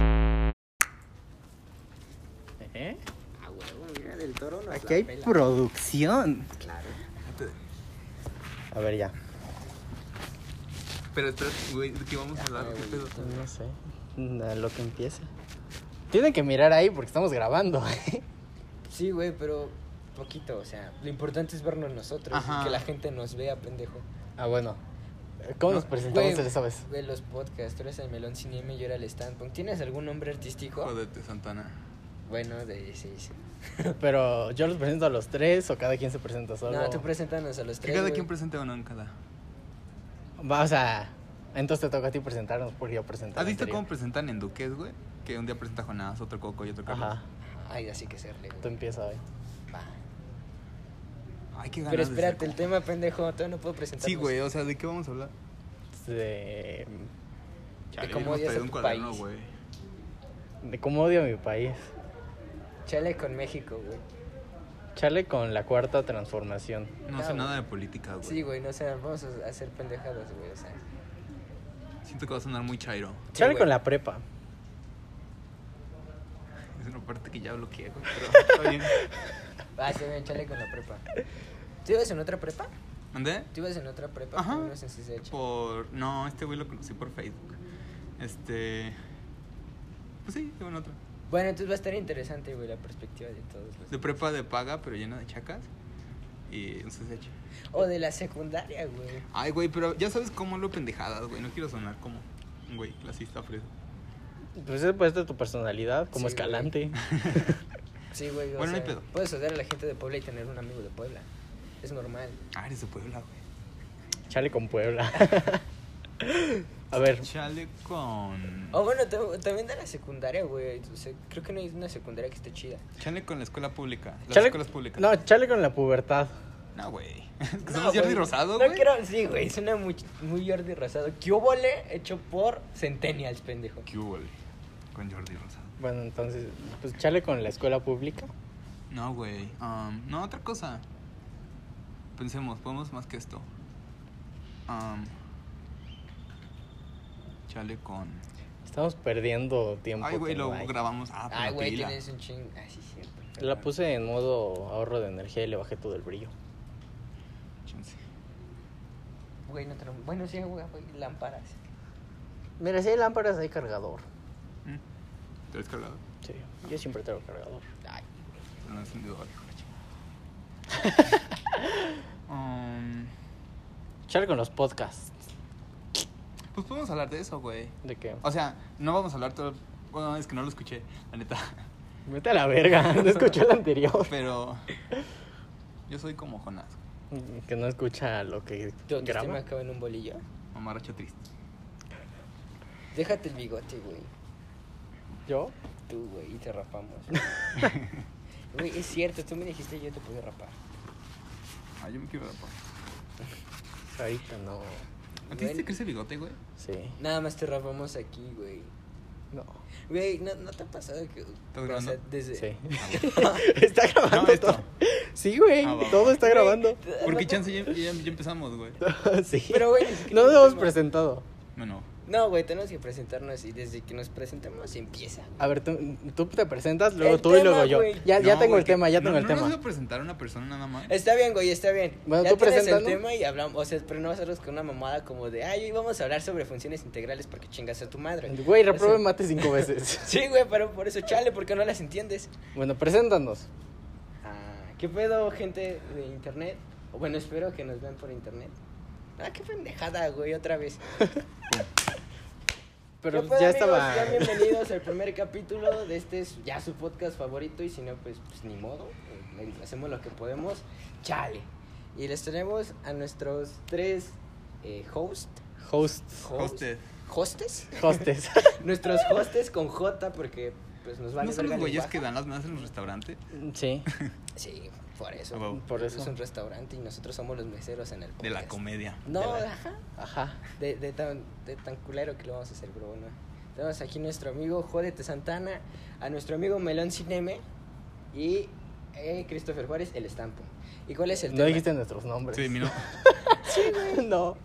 Ah, toro nos Aquí la hay pela. producción. Claro. A ver, ya. Pero espérate, güey, ¿de qué vamos a Ah, hablar? ¿Qué pedo? No sé. Mm, A lo que empieza. Tienen que mirar ahí porque estamos grabando. ¿eh? Sí, güey, pero poquito, o sea, lo importante es vernos nosotros Ajá. y que la gente nos vea, pendejo. ah, bueno. ¿Cómo nos presentamos Güey, esa vez? Güey, los podcasts, tú eres el melón sin M y yo era el standpunk. ¿Tienes algún nombre artístico? Jódete, Santana. Bueno, de sí, sí. Pero yo los presento a los tres o cada quien se presenta solo. No, tú preséntanos a los Que tres. cada güey. quien presente uno en cada. Va, o sea, entonces te toca a ti presentarnos porque yo presenté. ¿Has Ah, al visto anterior. cómo presentan en Duques, güey? Que un día presenta Jonás, otro Coco y otro Carlos. Ajá. Ay, así que serle, güey. Tú empieza hoy. Va. Ay, qué ganas Pero de espérate, ser el tema, pendejo, todavía no puedo Coco. presentarnos. Sí, güey, o sea, ¿de qué vamos a hablar? De, Chale, cómo hemos odias a traído un tu cuaderno, país. güey. de cómo odio a mi país. Chale con México, güey. Chale con la cuarta transformación. No Ah, sé güey. nada de política, güey. Sí, güey, no sé, vamos a hacer pendejadas, güey, o sea. Siento que va a sonar muy chairo. Chale güey. con la prepa. Es una parte que ya bloqueé, güey, pero está bien. Ah, sí, bien, chale con la prepa. ¿Tú ibas en otra prepa? ¿Andé? ¿Tú ibas en otra prepa? Ajá. ¿Tú ibas en CCH? Por... No, este güey lo conocí por Facebook. Este... Pues sí, de una otra. Bueno, entonces va a estar interesante, güey, la perspectiva de todos los... De prepa de paga, pero llena de chacas. Y un CCH. O de la secundaria, güey. Ay, güey, pero ya sabes cómo lo pendejadas, güey. No quiero sonar como un güey clasista, Fredo. Pues es pues, de tu personalidad, como Sí, escalante. Sí, güey, o Bueno, no sea, hay pedo. puedes odiar a la gente de Puebla y tener un amigo de Puebla. Es normal. Ah, eres de Puebla, güey. Chale con Puebla. a ver, Chale con... O bueno, ta- también de la secundaria, güey. O sea, creo que no hay una secundaria que esté chida. Chale con la escuela pública. Las chale, escuelas públicas. no, chale con la pubertad. No, güey. Es que No, somos Jordi güey, Rosado, No güey. quiero, sí, güey, suena muy, muy Jordi Rosado. ¿Qué óvole hecho por Centennials, pendejo? ¿Qué hubo, güey? Con Jordi Rosado. Bueno, entonces, pues chale con la escuela pública. No, güey. Am, no, otra cosa. Pensemos, podemos más que esto. Am, chale con. Estamos perdiendo tiempo. Ay, güey, que no lo hay. grabamos. Ah, Ay, güey, pila. tienes un ching. Ay, sí, cierto. La puse en modo ahorro de energía y le bajé todo el brillo. Chance. Güey, no tenemos. Bueno, sí, güey, güey, lámparas. Mira, si hay lámparas, hay cargador. ¿Mm? ¿Te has cargado? Sí, yo siempre traigo cargador. Ay, güey. Pero no he encendido algo, Am, Chale con los podcasts. Pues podemos hablar de eso, güey. ¿De qué? O sea, no vamos a hablar todo. Bueno, es que no lo escuché, la neta. Vete a la verga, no escuché el anterior. Pero. Yo soy como Jonás, Que no escucha lo que ¿Tu autoestima graba. acaba en un bolillo? mamarracho triste. Déjate el bigote, güey. ¿Yo? Tú, güey, y te rapamos. güey. Güey, es cierto, tú me dijiste yo te pude rapar. Ah, yo me quiero rapar. Ahorita no. ¿A ti sí Güey, te crece bigote, güey? Sí. Nada más te rapamos aquí, güey. No. Güey, ¿no, ¿no te ha pasado que. O sea, grabando? desde. Sí. Ah, güey. está grabando No, esto. todo. Sí, güey. Ah, va. todo está Güey, grabando. te- no Porque te- chance ya, ya- ya empezamos, güey. sí. Pero, güey, ni No siquiera nos el hemos tema. presentado. Bueno, No, güey, tenemos que presentarnos y desde que nos presentamos empieza. A ver, tú, tú te presentas, luego El tú y tema, luego yo. güey. Ya, ya No, tengo güey, el tema, ya no- tengo el no tema. No a presentar a una persona nada más. Está bien, güey, está bien. Bueno, ya tú tienes el preséntalo. tema y hablamos, o sea, pero no vas a hacerlos con una mamada como de, ay, hoy vamos a hablar sobre funciones integrales porque chingas a tu madre. Güey, O sea, reprobé mate cinco veces. Sí, güey, pero por eso chale, porque no las entiendes. bueno, preséntanos. Ah, ¿qué pedo, gente de internet? O Bueno, espero que nos vean por internet. Ah, qué pendejada, güey, otra vez. Pero pues, ¿Qué ya pedo, amigos? estaba. Sean bienvenidos al primer capítulo de este, es ya su podcast favorito. Y si no, pues, pues, ni modo. eh, Hacemos lo que podemos. Chale. Y les tenemos a nuestros tres eh, hosts. Hosts. host- Hostes. ¿Hostes? Hostes. Nuestros hostes con J porque pues nos van ¿No a son los güeyes que dan las mesas en los restaurantes? sí. Sí, por Ah, wow. eso. Por eso. Es un restaurante y nosotros somos los meseros en el podcast. De la comedia. No, De la- ajá. Ajá. De, de tan, de tan culero que lo vamos a hacer, pero bueno. Tenemos aquí nuestro amigo Jódete Santana, a nuestro amigo Melón Cineme y eh, Christopher Juárez, el estampo. ¿Y cuál es el No tema? dijiste nuestros nombres. Sí, mi no. Sí, güey. No.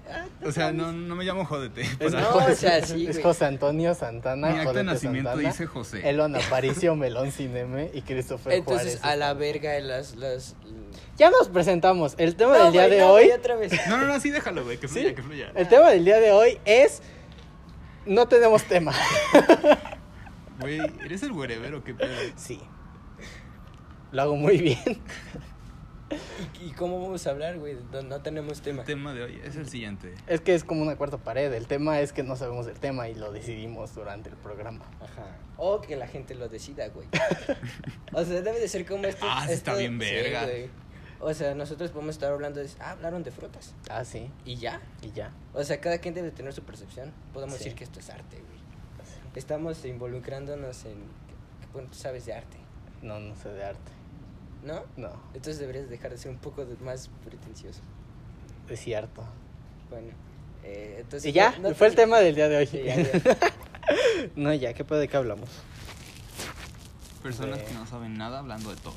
O sea, no, no me llamo Jódete. Pues para- no, José- o sea, sí, es güey. José Antonio Santana. Mi acta de Jodete nacimiento Santana, dice José. Elon Aparicio, Melón Cineme y Christopher Entonces, Juárez. a la verga de las. las... Ya nos presentamos. El tema No, del día güey, de no, hoy. güey, otra vez. No, no, no, sí, déjalo, güey, que Sí. fluya, que fluya. El tema del día de hoy es. No tenemos tema. Güey, ¿eres el wherever o qué pedo? Sí. Lo hago muy bien. ¿Y cómo vamos a hablar, güey? No, no tenemos tema. El tema de hoy es el siguiente. Es que es como una cuarta pared. El tema es que no sabemos el tema y lo decidimos durante el programa. Ajá. O que la gente lo decida, güey. O sea, debe de ser como esto. Ah, sí está esto- bien verga. güey. o sea, nosotros podemos estar hablando de. Ah, hablaron de frutas. Ah, sí. Y ya. Y ya. O sea, cada quien debe de tener su percepción. Podemos Sí. decir que esto es arte, güey. Estamos involucrándonos en. Bueno, tú sabes de arte, No, no sé de arte. ¿no? No, Entonces deberías dejar de ser un poco de- más pretencioso. es cierto. Bueno, eh, entonces. Y ya, no- no fue el te- tema del día de hoy. Sí, ya, ya. Oh, no, ya, ¿qué pedo de qué hablamos? Personas Güey. que no saben nada hablando de todo.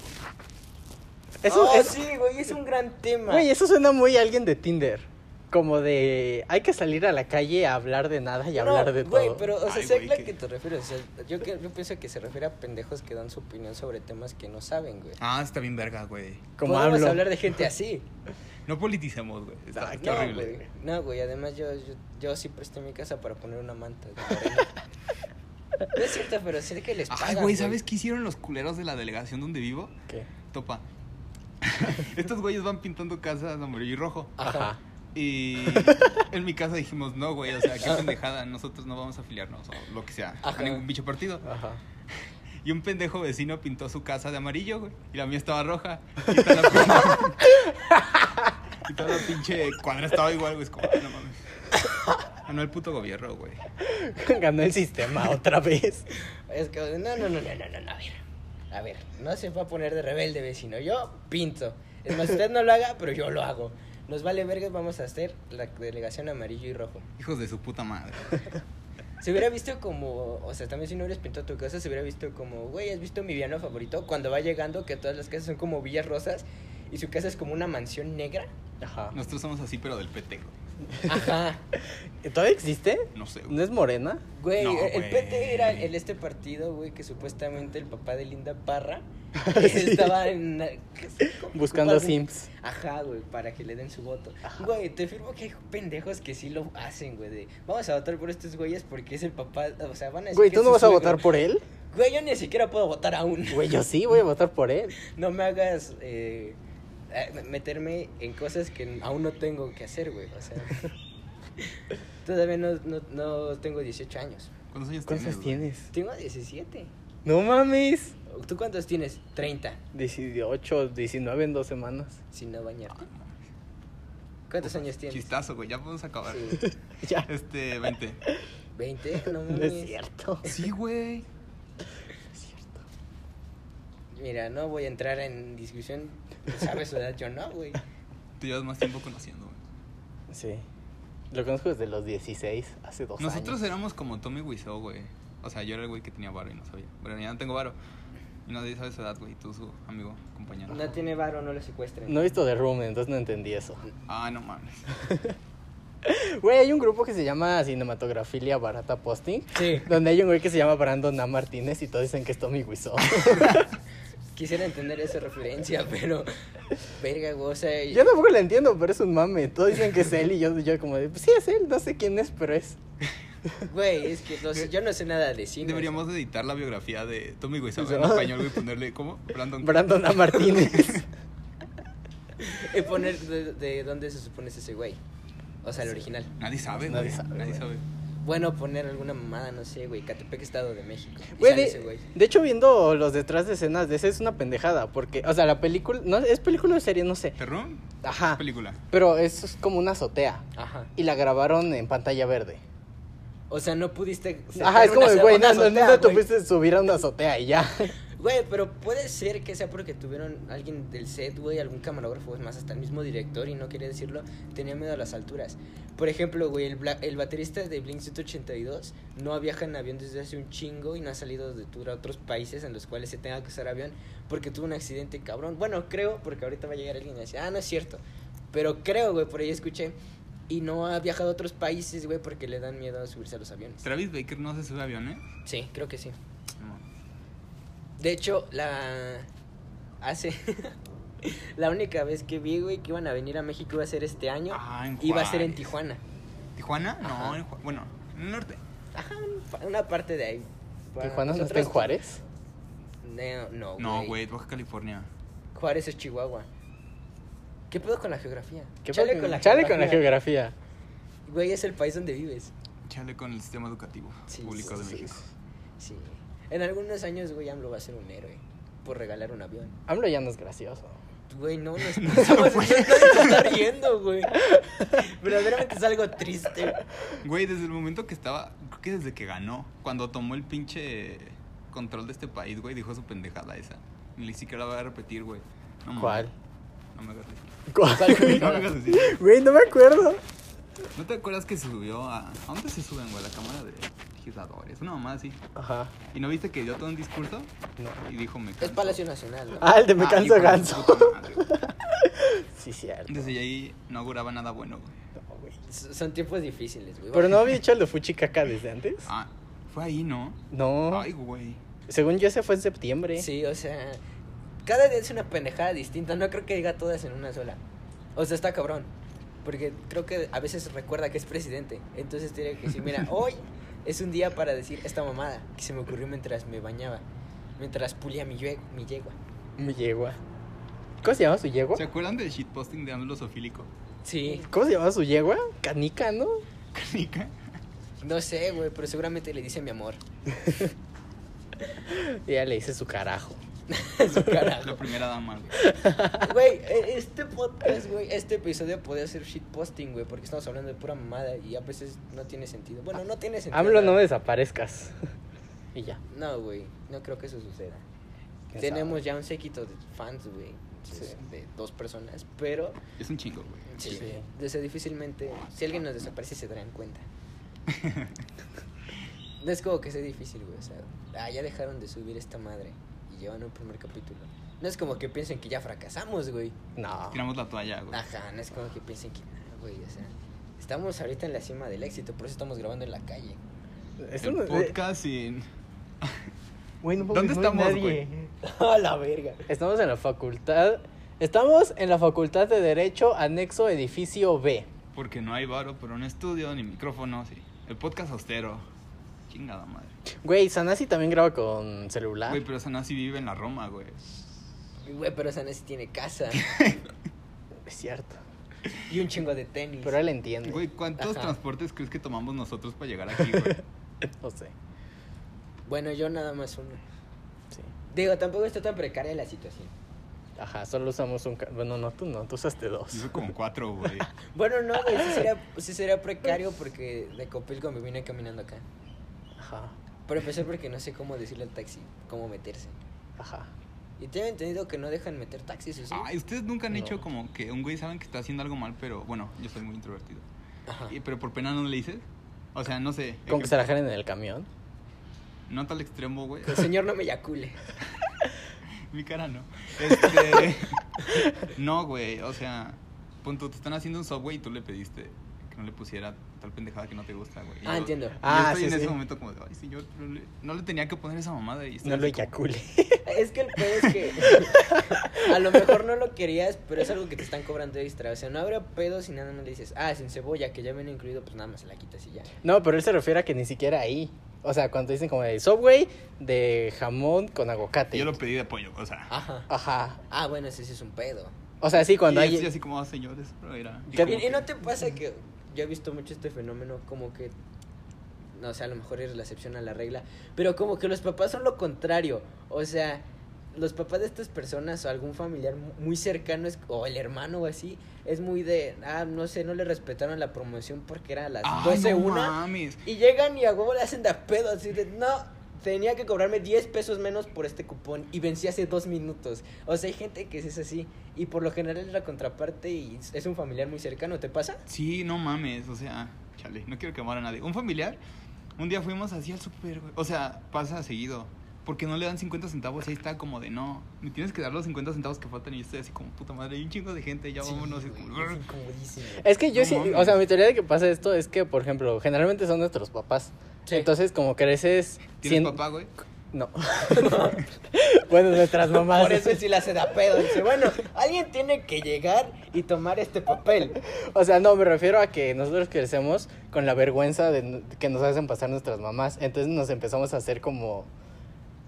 Eso, Oh, es, sí, güey, es un gran tema. güey, eso suena muy a alguien de Tinder. Como de, hay que salir a la calle a hablar de nada y No, hablar de güey, todo. pero, o sea, Ay, sé güey, a la qué- que te refieres. O sea, yo, que- yo pienso que se refiere a pendejos que dan su opinión sobre temas que no saben, güey. Ah, está bien verga, güey. Como Podemos hablo. hablar de gente así. No politicemos, güey. Está Ah, qué no, horrible. güey. No, güey, además yo, yo, yo sí presté mi casa para poner una manta. de arena. no es cierto, pero sé que les pagan, Ay, güey, ¿sabes qué hicieron los culeros de la delegación donde vivo? ¿Qué? Topa. Estos güeyes van pintando casas amarillo y rojo. Ajá. Ajá. Y en mi casa dijimos, no, güey, o sea, qué pendejada, nosotros no vamos a afiliarnos o lo que sea, Ajá. a ningún bicho partido. Ajá. Y un pendejo vecino pintó su casa de amarillo, güey, y la mía estaba roja. Y toda la pinche, y toda la pinche cuadra estaba igual, güey, es como, "Ah, no mames. Ganó el puto gobierno, güey. Ganó el sistema otra vez. Es que, no, no, no, no, no, no, no, a ver. A ver, no se va a poner de rebelde, vecino. Yo pinto. Es más, usted no lo haga, pero yo lo hago. Nos vale vergas, vamos a hacer la delegación amarillo y rojo. Hijos de su puta madre. Se hubiera visto como, o sea, también si no hubieras pintado tu casa, se hubiera visto como, güey, ¿has visto mi villano favorito? Cuando va llegando, que todas las casas son como villas rosas y su casa es como una mansión negra. Ajá. Nosotros somos así, pero del PT, güey. Ajá, ¿Todavía existe? No sé, ¿No güey. es morena? güey, No, el güey. PT era el este partido, güey, que supuestamente el papá de Linda Parra Ah, estaba en... ¿qué sé? Buscando Ocupando- Sims. Ajá, güey, para que le den su voto. Ajá. Güey, te firmo que hay pendejos que sí lo hacen, güey. de, Vamos a votar por estos güeyes porque es el papá. O sea, van a decir. Güey, que ¿tú es no su vas a suegro. votar por él? Güey, yo ni siquiera puedo votar aún. Güey, yo sí voy a votar por él. No me hagas eh, eh, meterme en cosas que aún no tengo que hacer, güey. O sea, todavía no, no, no tengo 18 años. ¿Cuántos Este años tienes? ¿Cuántos güey? tienes? Tengo 17. No mames. ¿Tú cuántos tienes? 30. 18, 19 en dos semanas. Sin no bañarte. ¿Cuántos años tienes? Chistazo, güey, ya podemos acabar. Sí. Ya. Este, 20. 20, no No mames. es cierto. Sí, güey. Mira, no voy a entrar en discusión. Pues, ¿Sabes su edad? Yo no, güey. Te llevas más tiempo conociendo, güey. Sí. Lo conozco desde los 16, hace dos Nosotros años. éramos como Tommy Wiseau, güey. O sea, yo era el güey que tenía varo y no sabía. Bueno, ya no tengo varo. Y nadie sabe su edad, güey. Tú, su amigo, compañero. No tiene varo, no lo secuestren. No he visto The Room, entonces no entendí eso. Ah, no mames. Güey, hay un grupo que se llama Cinematografilia Barata Posting. Sí. Donde hay un güey que se llama Brandon A. Martínez y todos dicen que es Tommy Wiseau. Quisiera entender esa referencia, pero. Verga, güey. O sea, yo tampoco la entiendo, pero es un mame. Todos dicen que es él y yo, yo como de, pues sí es él, no sé quién es, pero es. güey, es que no sé, yo no sé nada de cine. Deberíamos de editar la biografía de Tommy Wiseau en Wiseau. español, güey. Ponerle, ¿cómo? Brandon. Brandon A. Martínez. Y poner de, de dónde se supone es ese güey. O sea, el original. Nadie sabe, Nadie güey. sabe, Nadie güey. sabe. Bueno, poner alguna mamada, no sé, güey. Catepec, Estado de México. Y Güey, sale de, ese güey. de hecho, viendo los detrás de escenas de ese es una pendejada, porque, o sea, la película, no, es película o serie, no sé. ¿The Room? Ajá. Película. Pero eso es como una azotea. Ajá. Y la grabaron en pantalla verde. O sea, no pudiste. Ajá, sacar es como, pues, una- de, güey, una no, no, azotea, no te güey. fuiste a subir a una azotea y ya. Güey, pero puede ser que sea porque tuvieron alguien del set, güey, algún camarógrafo, es más, hasta el mismo director y no quería decirlo, tenía miedo a las alturas. Por ejemplo, güey, el, bla- el baterista de Blink 182 no viaja en avión desde hace un chingo y no ha salido de tour a otros países en los cuales se tenga que usar avión porque tuvo un accidente cabrón. Bueno, creo, porque ahorita va a llegar alguien y decir, ah, no es cierto. Pero creo, güey, por ahí escuché. Y no ha viajado a otros países, güey, porque le dan miedo a subirse a los aviones. Travis Baker no se sube a aviones. Sí, creo que sí. No. De hecho, la. Hace. la única vez que vi, güey, que iban a venir a México iba a ser este año. Ah, en iba a ser en Juárez. Tijuana. ¿Tijuana? No, Ajá. en Ju- bueno, en el norte. Ajá, un pa- una parte de ahí. Para ¿Tijuana no está en nosotros- Juárez? No, no, Oh, güey. No, güey, Baja California. Juárez es Chihuahua. ¿Qué pedo con la geografía? ¿Qué Chale pedo? con la Chale geografía. con la geografía. Güey, es el país donde vives. Chale con el sistema educativo Sí, público sí, de sí, México. Sí. En algunos años, güey, AMLO va a ser un héroe por regalar un avión. AMLO ya no es gracioso. Güey, no, no es- no estamos no, se está riendo, güey. Verdaderamente es algo triste. Güey, desde el momento que estaba, creo que desde que ganó, cuando tomó el pinche control de este país, güey, dijo su pendejada esa. Ni siquiera la voy a repetir, güey. No, mames. ¿Cuál? No me hagas decir. ¿Cuál, güey? Mm. No me hagas decir. Güey, no me acuerdo. ¿No te acuerdas que se subió a... ¿A dónde se suben, güey? A La cámara de legisladores. Una mamá así. Ajá. ¿Y no viste que dio todo un discurso? No. Y dijo, me Es canso. Palacio Nacional, ¿no? Ah, el de me Ah, canso hijo de ganso. su puta madre, güey. Sí, cierto. Desde ahí no auguraba nada bueno, güey. No, güey. S- Son tiempos difíciles, güey. Pero no había hecho el de Fuchicaca desde antes. Ah, fue ahí, ¿no? No. Ay, güey. Según yo, ese fue en septiembre. Sí, o sea, cada día es una pendejada distinta. No creo que diga todas en una sola. O sea, está cabrón. Porque creo que a veces recuerda que es presidente. Entonces tiene que decir, mira, hoy es un día para decir esta mamada que se me ocurrió mientras me bañaba. Mientras pulía mi, yue- mi yegua. Mi yegua. ¿Cómo se llama su yegua? ¿Se acuerdan del shitposting de AMLO Sofílico? Sí, ¿Cómo se llama su yegua? Canica, ¿no? Canica. no sé, güey, pero seguramente le dice mi amor. Y ella le dice su carajo. Su carajo. La primera dama, güey. Güey, e- este podcast, güey, este episodio podía ser shitposting, güey, porque estamos hablando de pura mamada y a veces no tiene sentido. Bueno, no tiene sentido. AMLO, la- no desaparezcas. y ya. No, güey, no creo que eso suceda. ¿Quién Tenemos ya un séquito de fans, güey, entonces, Sí. de dos personas, pero Es un chingo, güey. sí, Sí. o sea, difícilmente, si alguien nos desaparece se darán cuenta. no es como que sea difícil, güey, o sea, ah, ya dejaron de subir esta madre y llevan un primer capítulo. No es como que piensen que ya fracasamos, güey. No. Tiramos la toalla, güey. Ah, Ajá, no es como que piensen que, ah, güey, o sea, estamos ahorita en la cima del éxito, por eso estamos grabando en la calle. Esto El no- podcast sin... Güey, no mames, ¿Dónde no hay estamos, nadie. güey? A la verga. Estamos en la facultad. Estamos en la facultad de Derecho, anexo edificio B. Porque no hay varo por un estudio, ni micrófono, sí. El podcast austero. Chingada madre. Güey, Sanasi también graba con celular. Güey, pero Sanasi vive en la Roma, güey. Güey, pero Sanasi tiene casa Es cierto. y un chingo de tenis. Pero él entiende. Güey, ¿cuántos Ajá. transportes crees que tomamos nosotros para llegar aquí, güey? No sé. Bueno, yo nada más uno. Sí. Digo, tampoco está tan precaria la situación. Ajá, solo usamos un... ca- Bueno, no, tú no, tú usaste Yo dos. soy como cuatro, güey. Bueno, no, güey, sí sería, sí sería precario porque de Copilco me vine caminando acá. Ajá, Pero empecé porque no sé cómo decirle al taxi, cómo meterse. ajá. Y tengo entendido que no dejan meter taxis, ¿o sí? Ay, ustedes nunca han No. hecho como que un güey saben que está haciendo algo mal, pero bueno, yo soy muy introvertido. Ajá. Y- pero por pena no le dices. O sea, no sé. Con eh, Ah. que se la jalen en el camión. No tal extremo, güey. Que El señor no me yacule. Mi cara no. Este. no, güey. O sea, punto, te están haciendo un subway y tú le pediste que no le pusiera tal pendejada que no te gusta, güey. Y Ah, yo- entiendo. y yo Ah, estoy sí, en sí. ese momento como de, ay, sí, yo no le, no le tenía que poner esa mamada. Y estoy No lo así como- eyacule. Es que el pedo es que a lo mejor no lo querías, pero es algo que te están cobrando extra. O sea, no habrá pedo si nada más le dices, ah, sin cebolla, que ya viene incluido, pues nada más se la quitas y ya. No, pero él se refiere a que ni siquiera ahí. O sea, cuando dicen como de Subway, de jamón con aguacate. Yo lo pedí de pollo, o sea. Ajá. Ajá. Ah, bueno, ese sí es un pedo. O sea, sí, cuando y hay... estoy así como, ah, señores, pero era. ¿Qué- como Y, y no que- te pasa que yo he visto mucho este fenómeno como que no sé, a lo mejor es la excepción a la regla, pero como que los papás son lo contrario, o sea, los papás de estas personas o algún familiar mu- muy cercano es, o el hermano o así, es muy de, ah, no sé, no le respetaron la promoción porque era a las Ay, 12 no una mames. y llegan y a huevo le hacen de a pedo, así de, no, tenía que cobrarme 10 pesos menos por este cupón y vencí hace dos minutos. O sea, hay gente que es así y por lo general es la contraparte y es un familiar muy cercano, ¿te pasa? Sí, no mames, o sea, chale, no quiero quemar a nadie. Un familiar, un día fuimos así al super, güey. O sea, pasa seguido. porque no le dan 50 centavos y ahí está como de no, me tienes que dar los 50 centavos que faltan y yo estoy así como puta madre, hay un chingo de gente, ya vámonos. y es como, güey, es incomodísimo. Es que yo No sí, mames. o sea, mi teoría de que pasa esto es que, por ejemplo, generalmente son nuestros papás. Sí. Entonces, como creces... ¿Tienes sien- papá, güey? No. bueno, nuestras mamás. Por eso él sí la hace da pedo. Dice, bueno, alguien tiene que llegar y tomar este papel. O sea, no, me refiero a que nosotros crecemos con la vergüenza de n- que nos hacen pasar nuestras mamás. Entonces nos empezamos a hacer como...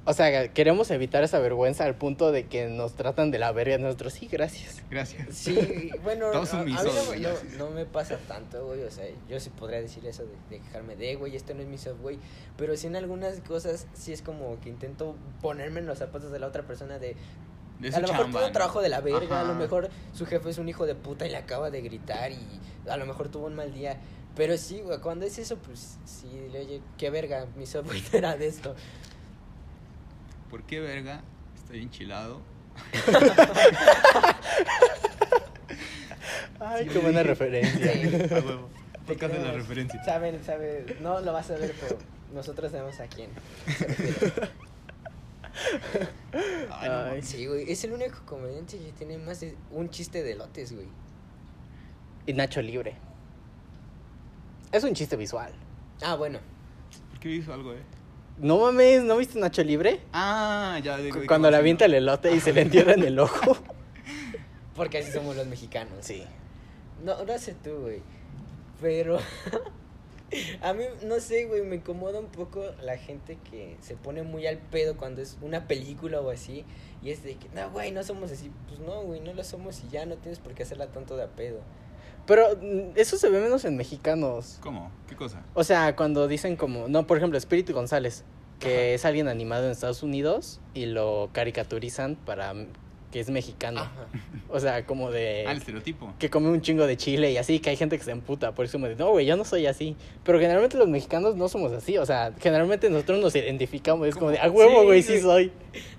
O sea, queremos evitar esa vergüenza al punto de que nos tratan de la verga nosotros. Sí, gracias. Gracias. Sí, bueno, Todos a, a mí no, sumisos, me- güey, no- así. no me pasa tanto, güey. O sea, yo sí podría decir eso de, de quejarme de, güey, este no es mi software. Pero sí en algunas cosas sí es como que intento ponerme en los zapatos de la otra persona de... De a su lo mejor chamba, tuvo ¿no? un trabajo de la verga, a lo Ajá. mejor su jefe es un hijo de puta y le acaba de gritar y a lo mejor tuvo un mal día. Pero sí, güey, cuando es eso, pues sí, le oye, qué verga, mi software era de esto. ¿Por qué verga? Estoy enchilado. Ay, Sí, qué buena dije. referencia. Sí. A huevo. Te Podcast de la creemos. referencia. Saben, saben, no lo vas a ver, pero nosotros sabemos a quién. se refiere. Ay, no Ay. mames. Ah, Sí, güey, es el único comediante que tiene más de un chiste de lotes, güey. Y Nacho Libre. Es un chiste visual. Ah, bueno. ¿Por qué hizo algo, eh? No mames, ¿no viste Nacho Libre? Ah, ya. de- Cu- de- Cuando le sí, avienta no. el elote y se le entierra en el ojo. Porque así somos los mexicanos. Sí. No, no sé tú, güey. Pero. a mí, no sé, güey, me incomoda un poco la gente que se pone muy al pedo cuando es una película o así. Y es de que, no, güey, no somos así. Pues no, güey, no lo somos y ya no tienes por qué hacerla tanto de a pedo. Pero mm, eso se ve menos en mexicanos. ¿Cómo? ¿Qué cosa? O sea, cuando dicen como, no, por ejemplo, Espíritu González, que es alguien animado en Estados Unidos y lo caricaturizan para m- que es mexicano. Ajá. O sea, como de Ah, el estereotipo. que come un chingo de chile y así, que hay gente que se emputa, por eso me dice, no, güey, yo no soy así. Pero generalmente los mexicanos no somos así, o sea, generalmente nosotros nos identificamos, es como de, a huevo, Sí, güey, sí güey. soy.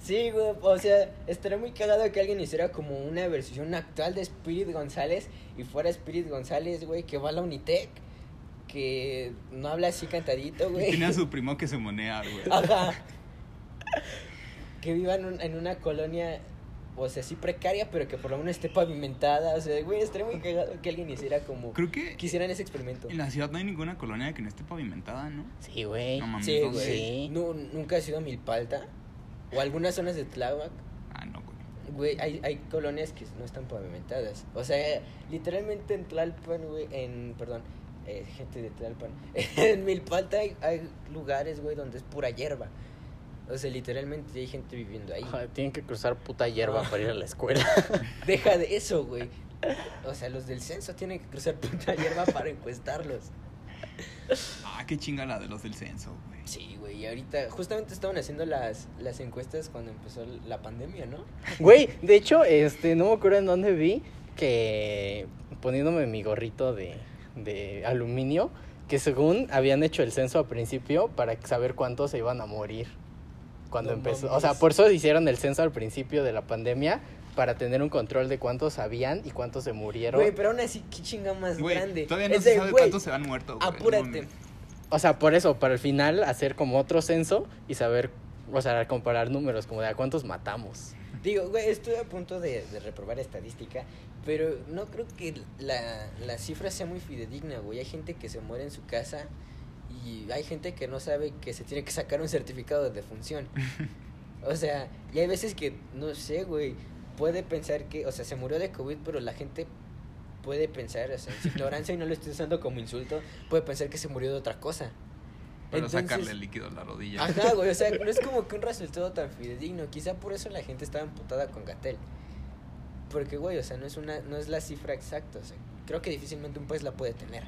Sí, güey, o sea, estaría muy cagado que alguien hiciera como una versión actual de Spirit González y fuera Spirit González, güey, que va a la Unitec, que no habla así cantadito, Y güey. Ah, Tiene a su primo que se monea, güey. Ajá. Que viva en, un- en una colonia, o sea, sí precaria, pero que por lo menos esté pavimentada. O sea, güey, estaría muy cagado que alguien hiciera como... Creo que Quisieran ese experimento. en la ciudad no hay ninguna colonia que no esté pavimentada, ¿no? Sí, güey. No mames. Sí, ¿dónde? güey. Sí. Nu- ¿Nunca has ido a Milpalta? ¿O algunas zonas de Tláhuac? Ah, no, güey. Güey, hay, hay colonias que no están pavimentadas. O sea, literalmente en Tlalpan, güey, en, perdón, eh, gente de Tlalpan, en Milpalta hay, hay lugares, güey, donde es pura hierba. O sea, literalmente hay gente viviendo ahí. Ajá, tienen que cruzar puta hierba para ir a la escuela. Deja de eso, güey. O sea, los del censo tienen que cruzar puta hierba para encuestarlos. Ah, qué chinga la de los del censo, güey. Sí, güey, y ahorita justamente estaban haciendo las, las encuestas cuando empezó la pandemia, ¿no? Güey, de hecho, este, no me acuerdo en dónde vi que poniéndome mi gorrito de, de aluminio, que según habían hecho el censo al principio para saber cuántos se iban a morir cuando No empezó. O mames. sea, por eso hicieron el censo al principio de la pandemia, para tener un control de cuántos sabían y cuántos se murieron. Güey, pero aún así, qué chinga más grande. Güey, todavía no Es se de, sabe güey, cuántos se han muerto, güey. no Apúrate. mames. O sea, por eso, para el final hacer como otro censo y saber, o sea, comparar números, como de a cuántos matamos. Digo, güey, estoy a punto de, de reprobar estadística, pero no creo que la, la cifra sea muy fidedigna, güey. Hay gente que se muere en su casa y hay gente que no sabe que se tiene que sacar un certificado de defunción. O sea, y hay veces que, no sé, güey, puede pensar que, o sea, se murió de COVID, pero la gente puede pensar, o sea, en su ignorancia y no lo estoy usando como insulto, puede pensar que se murió de otra cosa. Pero Entonces- sacarle el líquido a la rodilla. Ajá, güey, o sea, no es como que un resultado tan fidedigno. Quizá por eso la gente estaba emputada con Gatel. Porque, güey, o sea, no es, una, no es la cifra exacta. O sea, creo que difícilmente un país la puede tener.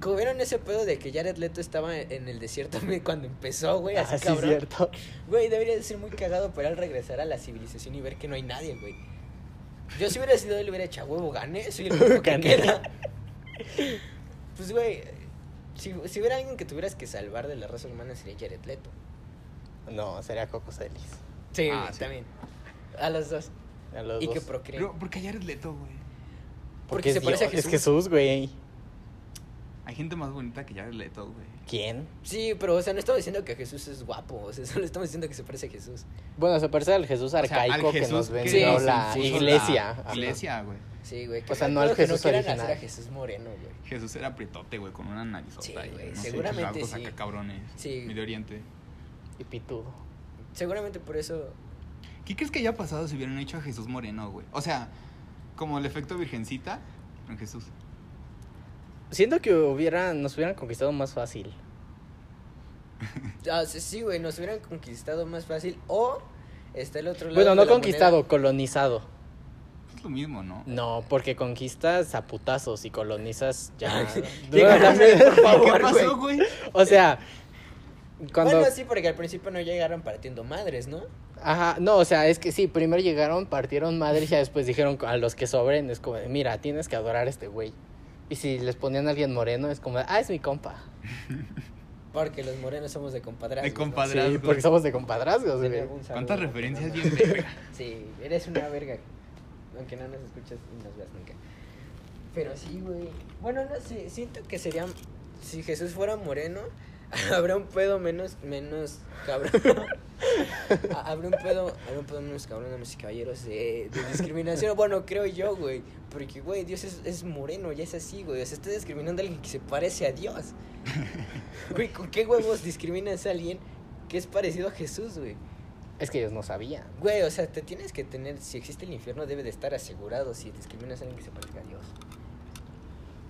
Como vieron ese pedo de que Jared Leto estaba en el desierto güey, cuando empezó, güey, así Ah, sí, cabrón. cierto. Güey, debería de ser muy cagado para él regresar a la civilización y ver que no hay nadie, güey. Yo si hubiera sido él, hubiera hecho "A huevo, gané, soy el único que Gané. queda". Pues, güey, si, si hubiera alguien que tuvieras que salvar de la raza humana sería Jared Leto. No, sería Coco Celis. Sí, Ah, güey, sí. también. A los dos. A los y dos. que procreen. Pero, ¿por qué ayer es Leto, güey? porque se es parece a Dios, Jesús. Es Jesús, güey. Hay gente más bonita que Jared Leto, güey. ¿Quién? Sí, pero, o sea, no estamos diciendo que Jesús es guapo, o sea, solo estamos diciendo que se parece a Jesús. Bueno, se parece al Jesús O sea, al arcaico que Jesús nos que vendió sí, la puso iglesia. la Ajá. iglesia, güey. Sí, güey. O sea, no al pedo que Jesús quieran original. hacer a Jesús Moreno, güey. Jesús era prietote, güey, con una narizota. Sí, y güey, unos seguramente rasgos sí. acá cabrones. Sí. Medio Oriente. Y pitudo. Seguramente por eso. ¿Qué crees que haya pasado si hubieran hecho a Jesús Moreno, güey? O sea, como el efecto virgencita con Jesús. Siento que hubieran, nos hubieran conquistado más fácil. Ah, sí, sí, güey, nos hubieran conquistado más fácil. O está el otro lado. Bueno, de no la conquistado, moneda. colonizado. Es lo mismo, ¿no? No, porque conquistas a putazos y colonizas ya. Díganme, por favor, ¿Qué pasó, güey? o sea, cuando. Bueno, sí, porque al principio no llegaron partiendo madres, ¿no? Ajá, no, o sea, es que sí, primero llegaron, partieron madres y ya después dijeron a los que sobren, es como, de, mira, tienes que adorar a este güey. Y si les ponían a alguien moreno, es como, de, ah, es mi compa. Porque los morenos somos de compadrazgos. De ¿no? compadrazgos. Sí, Padrazgo. porque somos de compadrazgos, Tenía güey. algún saludo, ¿Cuántas aunque referencias no bien nos- verga? Sí, eres una verga. Aunque no nos escuchas y nos veas nunca. Pero sí, güey. Bueno, no sé, siento que sería. Si Jesús fuera moreno, habrá un pedo menos, menos cabrón. Ha- habrá un pedo, habrá un pedo menos cabrón, damas y caballeros, de, de discriminación. Bueno, creo yo, güey. Porque, güey, Dios es, es moreno, ya es así, güey. O sea, estás discriminando a alguien que se parece a Dios. Güey, ¿con qué huevos discriminas a alguien que es parecido a Jesús, güey? Es que ellos no sabían. Güey, o sea, te tienes que tener, si existe el infierno debe de estar asegurado si discriminas a alguien que se parezca a Dios.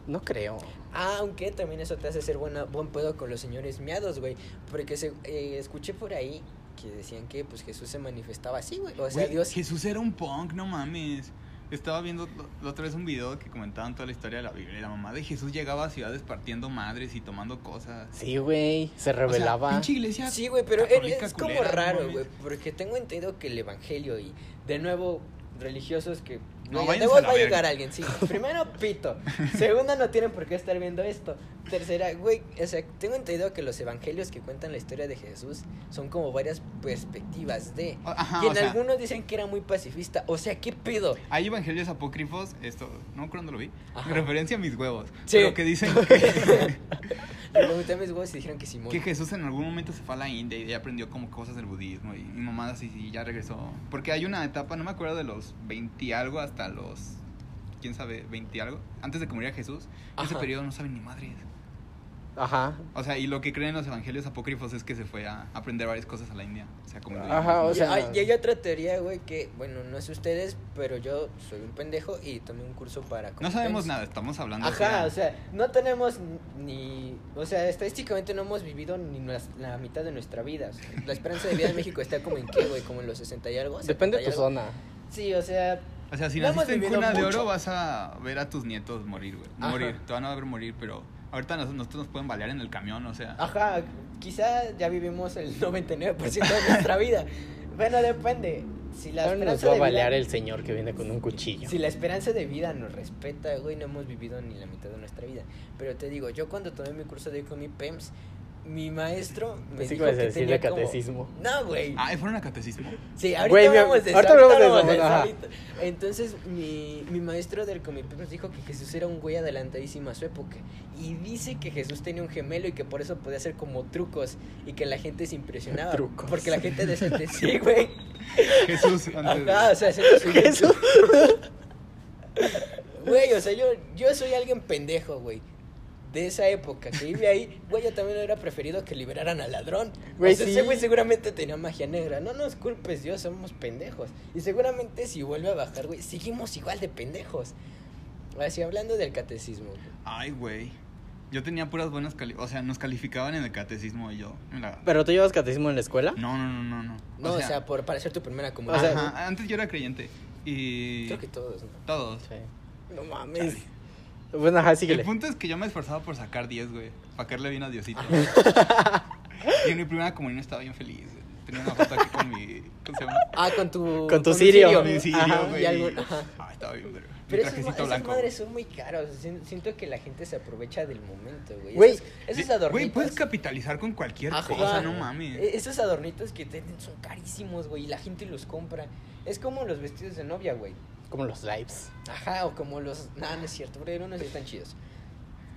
No creo. Aunque también eso te hace ser buena, buen pedo con los señores miados, güey. Porque se, eh, escuché por ahí que decían que pues Jesús se manifestaba así, güey. O sea, Güey, Dios... Jesús era un punk, no mames. Estaba viendo lo- la otra vez un video que comentaban toda la historia de la Biblia. y La mamá de Jesús llegaba a ciudades partiendo madres y tomando cosas. Sí, güey, se O sea, revelaba. pinche iglesia. Sí, güey, pero es, católica es como culera, no raro, mames. güey. Porque tengo entendido que el evangelio y, de nuevo, religiosos que... No, Güey, váyanse de vos a la va a verga. llegar alguien, sí. Primero, pito. Segunda, no tienen por qué estar viendo esto. Tercera, güey, o sea, tengo entendido que los evangelios que cuentan la historia de Jesús son como varias perspectivas de... O- Ajá, Y o en sea, algunos dicen que era muy pacifista. O sea, ¿qué pedo? Hay evangelios apócrifos, esto, no creo dónde lo vi, Ajá. en referencia a mis huevos. Sí. Pero que dicen que, Le pregunté a mis huevos y dijeron que Simón. que Jesús en algún momento se fue a la India y ya aprendió como cosas del budismo y, y mamadas y, y ya regresó. Porque hay una etapa, no me acuerdo de los 20 y algo hasta los, quién sabe, 20 y algo, antes de que muriera Jesús. en Ese Ajá. periodo no saben ni madres. Ajá. O sea, y lo que creen los evangelios apócrifos es que se fue a aprender varias cosas a la India. O sea, como el budismo. Ajá, Ah, o Y- sea- ay, y hay otra teoría, güey, que, bueno, no sé ustedes, pero yo soy un pendejo y tomé un curso para... No sabemos competencia. nada, estamos hablando. Ajá, o sea, no tenemos ni... O sea, estadísticamente no hemos vivido ni nues- la mitad de nuestra vida. o sea, la esperanza de vida en México está como en qué, güey, como en los 60 y algo. Depende de tu 70 y algo. zona. Sí, o sea, O sea, si No hemos naciste en vivido cuna de mucho. oro, vas a ver a tus nietos morir, güey. Ajá. Morir, te van a ver morir, pero ahorita nos- nosotros nos pueden balear en el camión, o sea. ajá, quizá ya vivimos el 99% de nuestra vida. Bueno, depende. Si la Ahora nos esperanza va a de vida- balear el señor que viene con un cuchillo. Si la esperanza de vida nos respeta, güey, no hemos vivido ni la mitad de nuestra vida. Pero te digo, yo cuando tomé mi curso de con mi PEMS, mi maestro me Pensé que dijo ibas a que decir tenía de como- catecismo. No, güey. Ah, ¿fueron a catecismo? Sí, ahorita Güey, mi- hablamos de eso. ahorita hablamos de eso, hablamos bueno, de eso, ahorita. Entonces, mi, mi maestro del comité nos dijo que Jesús era un güey adelantadísimo a su época. Y dice que Jesús tenía un gemelo y que por eso podía hacer como trucos. Y que la gente se impresionaba. Trucos. Porque la gente decente, sí, güey. Jesús, antes de- Ajá, o sea, haciendo su- Jesús. Güey, o sea, yo, yo soy alguien pendejo, güey. De esa época que vive ahí, güey, yo también hubiera preferido que liberaran al ladrón. Güey, o sea, sí. ese güey seguramente tenía magia negra. No nos culpes, Dios, somos pendejos. Y seguramente si vuelve a bajar, güey, seguimos igual de pendejos. Así hablando del catecismo. güey. Ay, güey. Yo tenía puras buenas cali- O sea, nos calificaban en el catecismo y yo. en la- ¿Pero tú llevas catecismo en la escuela? No, no, no, no, no. No, o sea, por, para hacer tu primera o comunión. sea, Ajá. ajá, antes yo era creyente. Y. Creo que todos, ¿no? Todos. Sí. No mames. Chale. Bueno, ajá, síguele. El punto es que yo me esforzaba por sacar 10, güey. Para caerle bien a Diosito. y en mi primera comunión estaba bien feliz. güey. Tenía una foto aquí con mi. ¿Cómo se llama? Ah, con tu. Con tu un cirio. Con mi Ajá, cirio, y güey. algo- ajá. Ah, estaba bien, verga. Mi Pero esas, ma- trajecito esas blanco. madres son muy caros. Sien- Siento que la gente se aprovecha del momento, güey. Güey, esos, esos Sí, adornitos. Güey, puedes capitalizar con cualquier Ajá. cosa, no mames. E- Esos adornitos que tienen son carísimos, güey. Y la gente los compra. Es como los vestidos de novia, güey. Como los lives. Ajá, o como los. Nah, no es cierto, pero no están chidos.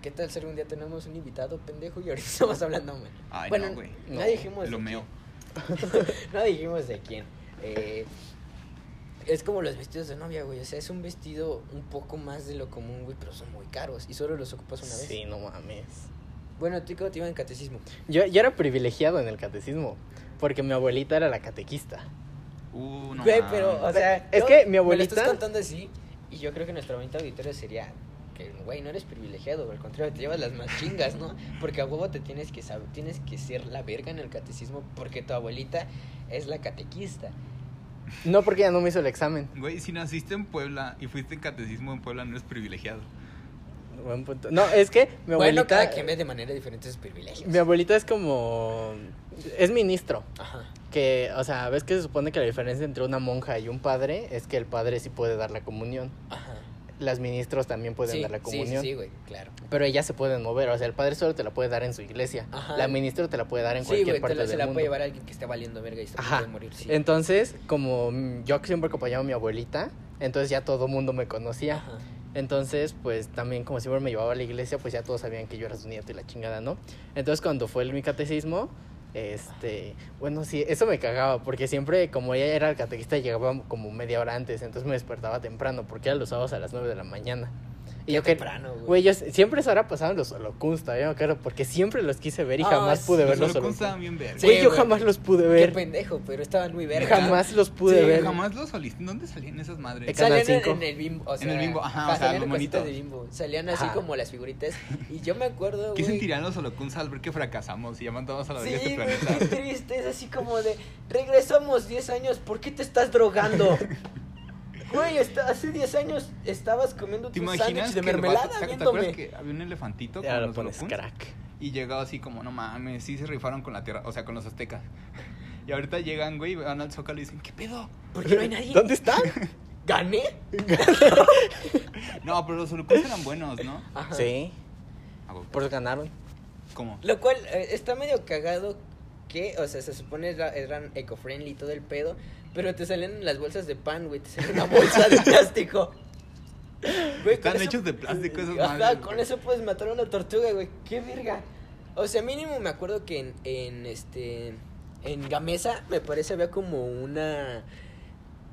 ¿Qué tal ser un día tenemos un invitado pendejo y ahorita estamos hablando mal? Ay, bueno, no, güey. no No, dijimos Lo de meo. quién. no dijimos de quién. Eh, es como los vestidos de novia, güey. O sea, es un vestido un poco más de lo común, güey, pero son muy caros y solo los ocupas una vez. Sí, no mames. Bueno, tú cómo te iba en catecismo. Yo, yo era privilegiado en el catecismo, porque mi abuelita era la catequista. Uh, no. Güey, mames. pero, o sea. Es yo- que mi Me lo abuelita- estás contando así. Y yo creo que nuestra bonita auditoria sería. Que, güey, no eres privilegiado, al contrario, te llevas las más chingas, ¿no? Porque a huevo te tienes que saber, tienes que ser la verga en el catecismo porque tu abuelita es la catequista. No porque ella no me hizo el examen. Güey, si naciste en Puebla y fuiste en catecismo en Puebla, no eres privilegiado. Buen punto. No, es que mi abuelita. Bueno, cada quien ve de manera diferente sus privilegios. Mi abuelita es como. Es ministro. Ajá. Que, o sea, ves que se supone que la diferencia entre una monja y un padre es que el padre sí puede dar la comunión. Ajá. Las ministros también pueden sí, dar la sí, sí, comunión. sí, güey, claro. Pero ellas se pueden mover. O sea, el padre solo te la puede dar en su iglesia. Ajá. La ministro te la puede dar en Sí, cualquier güey, te parte la, se del la mundo. puede llevar a alguien que esté valiendo verga y se Ajá. puede morir, sí. Entonces, como mm, yo siempre acompañaba a mi abuelita, entonces ya todo mundo me conocía. Ajá. Entonces, pues también como siempre me llevaba a la iglesia, pues ya todos sabían que yo era su nieto y la chingada, ¿no? Entonces cuando fue el, mi catecismo, este, bueno, sí, eso me cagaba, porque siempre como ella era el catequista, llegaba como media hora antes, entonces me despertaba temprano, porque era los sábados a las 9 de la mañana. Y yo que... Temprano, güey. Güey, yo s- siempre a esa hora pasaban los holocunsta, yo me acuerdo, porque siempre los quise ver y Ah, jamás sí, pude ver Los los holocuns holocunsta. estaban bien verga. Sí, Güey, yo güey. jamás los pude Qué ver. pendejo, pero estaban muy verga. Jamás los pude Sí, ver. Jamás los solicité. ¿Dónde salían esas madres? Exacto. Canal Salían en- cinco. en el bimbo. O sea, el bimbo, ajá, o sea, salían los en casitas monitos. de bimbo. Salían así Ajá. como las figuritas. Y yo me acuerdo, güey. ¿Qué sentirán los holocuns al ver que fracasamos y ya mandamos a la vida Sí, este güey, planeta? qué triste. Es así como de, regresamos 10 años, ¿por qué te estás drogando? Güey, esta- hace 10 años estabas comiendo ¿Te tu sándwich imaginas de que el mermelada vato- ¿te, te acuerdas viéndome. que había un elefantito Ahora con lo los pones holocuns? crack. Y llegaba así como, no mames, sí se rifaron con la tierra, o sea, con los aztecas. Y ahorita llegan, güey, van al zócalo y dicen, ¿qué pedo? ¿Por qué no hay nadie? ¿Dónde están? ¿Gané? No, pero los holocuns eran buenos, ¿no? Ajá. Sí, Ah, güey, por eso ganaron. ¿Cómo? Lo cual eh, está medio cagado que, o sea, se supone era- eran eco-friendly y todo el pedo, pero te salían en las bolsas de pan, güey, te salen una bolsa de plástico. Güey, con Están eso- hechos de plástico esos Ajá, madres. con güey. eso puedes matar a una tortuga, güey, qué verga. O sea, mínimo me acuerdo que en, en este, en Gamesa, me parece había como una...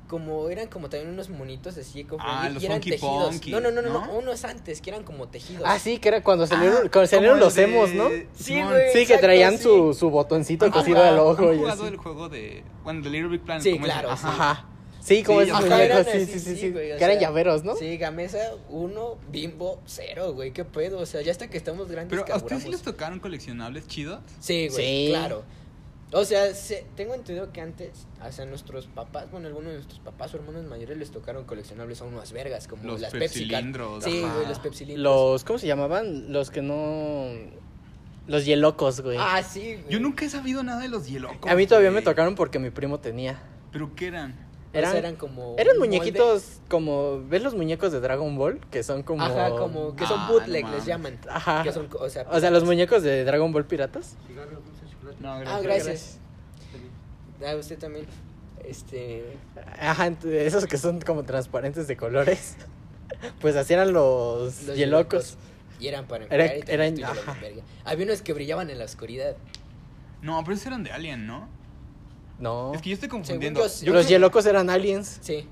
Como eran como también unos monitos así eco-friendly Ah, los y eran Funky tejidos. Punky, no, no, no, no, no, ¿no? unos antes que eran como tejidos. Ah, sí, que era cuando salieron, Ah, cuando salieron como los el emos, de- ¿no? Sí, Simón. güey. Sí, que exacto, traían sí. su, su botoncito Ajá. cosido al ojo ¿Han y jugado así. el juego de. Bueno, de Little Big Planet? Sí, ¿cómo es? claro, Ajá. Ajá. Sí, como Sí, esos ajá, muñecos, eran sí, así, sí, sí, sí, sí. güey, o Que eran sea, llaveros, ¿no? Sí, Gamesa 1, Bimbo 0, güey, qué pedo. O sea, ya hasta que estamos grandes Pero a ustedes carburamos. sí les tocaron coleccionables chidos. Sí, güey, Sí. claro. O sea, se- tengo entendido que antes, o sea, nuestros papás, bueno, algunos de nuestros papás o hermanos mayores les tocaron coleccionables a unas vergas, como Los las Pepsi. Cat. pepsilindros, Sí, ajá. güey, los pepsilindros. Los, ¿cómo se llamaban? Los que no... Los hielocos, güey. Ah, sí, güey. Yo nunca he sabido nada de los hielocos. A mí todavía güey. me tocaron porque mi primo tenía. ¿Pero qué eran? O sea, Eran, eran como. eran Oh, un molde. muñequitos como... ¿Ves los muñecos de Dragon Ball? Que son como... Ajá, como que son Ah, bootleg, no mames. les llaman. Ajá. Que son, o sea, O sea, los muñecos de Dragon Ball piratas. No, Ah, gracias. Ah, usted también. Este. Ajá, ent- esos que son como transparentes de colores. Pues así eran los, los hielocos. Y eran para Era- enfriar y también eran- estuvieron ajá. en verga. Había unos que brillaban en la oscuridad. No, pero esos eran de Alien, ¿no? No. Es que yo estoy confundiendo. yo sí. los creo- hielocos eran aliens. Sí.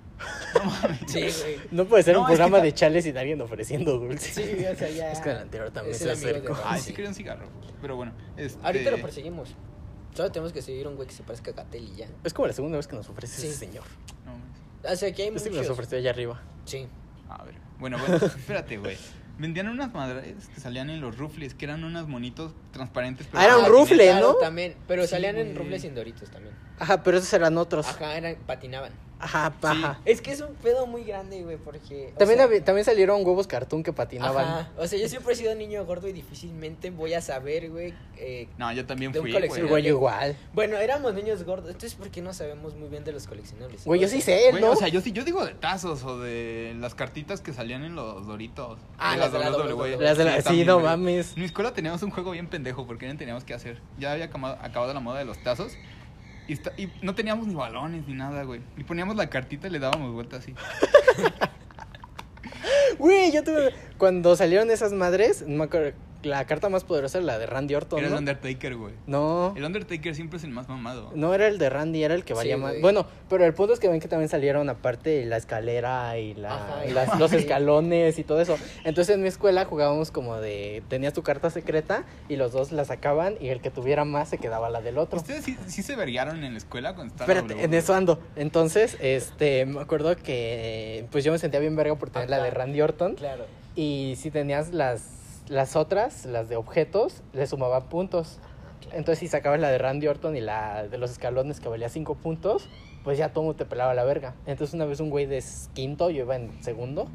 Sí, güey. No puede ser No, un es que programa ta- de chales y de alguien ofreciendo dulces. Sí, o sea, ya. Es que el anterior también Es se el amigo de acercó. Juan, Ay, sí. sí quería un cigarro. Pero bueno. este- Ahorita lo perseguimos. Solo tenemos que seguir a un güey que se parezca a Gatel y ya. Es como la segunda vez que nos ofrece Sí. ese señor. No, mames. O sea, aquí hay Este que nos muchos. ofreció allá arriba. Sí. A ver. Bueno, bueno, espérate, güey. Vendían unas madres que salían en los rufles, que eran unos monitos transparentes. Ah, era un Ah, rufle, claro, ¿no? también. Pero Sí, salían en güey. rufles sin doritos también. Ajá, pero esos eran otros. Ajá, Ajá, eran, patinaban. paja. Es que es un pedo muy grande, güey, porque. o También, sea, hab- también salieron huevos cartoon que patinaban. Ajá. O sea, yo siempre he sido niño gordo y difícilmente voy a saber, güey, eh, No, yo también De un fui, coleccionista. güey. Güey, igual. Bueno, éramos niños gordos, entonces ¿por qué no sabemos muy bien de los coleccionables? Güey, yo O sea, sí sé, Güey, ¿no? O sea, yo, sí- yo digo de tazos o de las cartitas que salían en los doritos. Ah, De las de la WWE, WWE. güey. Las de la- sí, E. también, no güey. mames. En mi escuela teníamos un juego bien pendejo porque no teníamos que hacer. Ya había acama- acabado la moda de los tazos. Y, esta- y no teníamos ni balones ni nada, güey. Y poníamos la cartita y le dábamos vuelta así. Güey, yo tuve. Cuando salieron esas madres, no me acuerdo, la carta más poderosa era la de Randy Orton. Era el ¿no? Undertaker, güey. No. El Undertaker siempre es el más mamado. No era el de Randy, era el que Sí, valía más. güey. Bueno, pero el punto es que ven que también salieron aparte la escalera y la- Ajá, y- las- los escalones y todo eso. Entonces en mi escuela jugábamos como de. Tenías tu carta secreta y los dos la sacaban y el que tuviera más se quedaba la del otro. ¿Ustedes sí, sí se verguearon en la escuela cuando estaban Espérate, en eso ando. Entonces, este, me acuerdo que pues yo me sentía bien verga por tener la de Ajá. Randy Orton. Claro. Y si tenías las, las otras, las de objetos, le sumaban puntos. Entonces, si sacabas la de Randy Orton y la de los escalones que valía 5 puntos, pues ya todo te pelaba la verga. Entonces, una vez un güey de s- quinto, yo iba en segundo,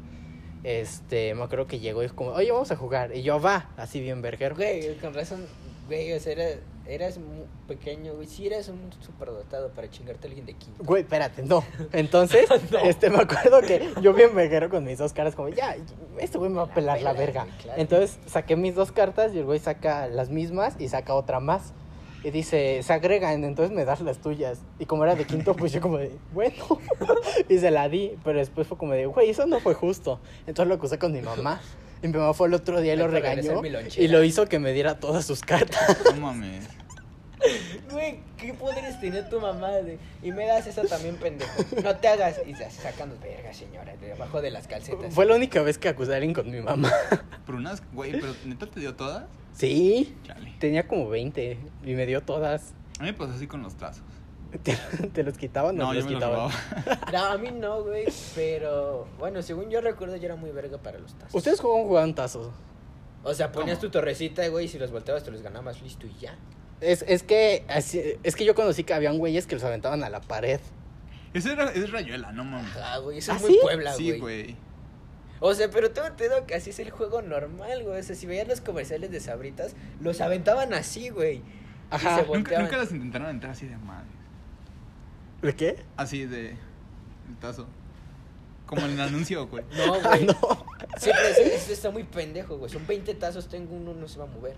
este, me acuerdo que llegó y dijo como, oye, vamos a jugar. Y yo, va, así bien verguero. Güey, con razón, güey, o sea, era- eras muy pequeño, güey. Sí, eras un superdotado para chingarte a alguien de quinto. Güey, espérate, no. Entonces, este, me acuerdo que yo bien verguero con mis dos caras, como, ya, este güey me va a La pelar la pela, verga. güey, claro. Entonces, saqué mis dos cartas y el güey saca las mismas y saca otra más. Y dice, se agregan, entonces me das las tuyas. Y como era de quinto, pues yo como de, bueno. Y se la di, pero después fue como de, güey, eso no fue justo. Entonces lo acusé con mi mamá. Y mi mamá fue el otro día y Ay, lo para regresar regañó. mi lonchera. Y lo hizo que me diera todas sus cartas. No mames. Güey, ¿qué poderes tiene tu mamá? de, y me das esa también, pendejo. No te hagas. Y se sacan verga, señora, de debajo de las calcetas. Fue la única vez que acusé a alguien con mi mamá. Pero unas, güey, pero neta te dio todas. Sí. Chale. Tenía como 20 y me dio todas. A mí me pasó así con los tazos. ¿Te, te los quitaban o No, no, yo los me los quitaban? robaba. No, a mí no, güey. Pero bueno, según yo recuerdo, yo era muy verga para los tazos. Ustedes jugaban, jugaban tazos. O sea, ponías ¿Cómo? tu torrecita, güey, y si los volteabas te los ganabas, listo y ya. Es, es que así- es que yo conocí que habían güeyes que los aventaban a la pared. Eso era, es rayuela, no mames. Ah, güey, eso ¿Ah, es muy sí? Puebla, güey. Sí, güey. O sea, pero tengo entendido que así es el juego normal, güey. O sea, si veían los comerciales de Sabritas, los aventaban así, güey. Ajá. Y se Nunca, volteaban. nunca las intentaron entrar así de madre. ¿De qué? Así de. El tazo. Como en el anuncio, güey. No, Ah, güey. no. Sí, pero eso, eso está muy pendejo, güey. Son 20 tazos, tengo uno, no se va a mover.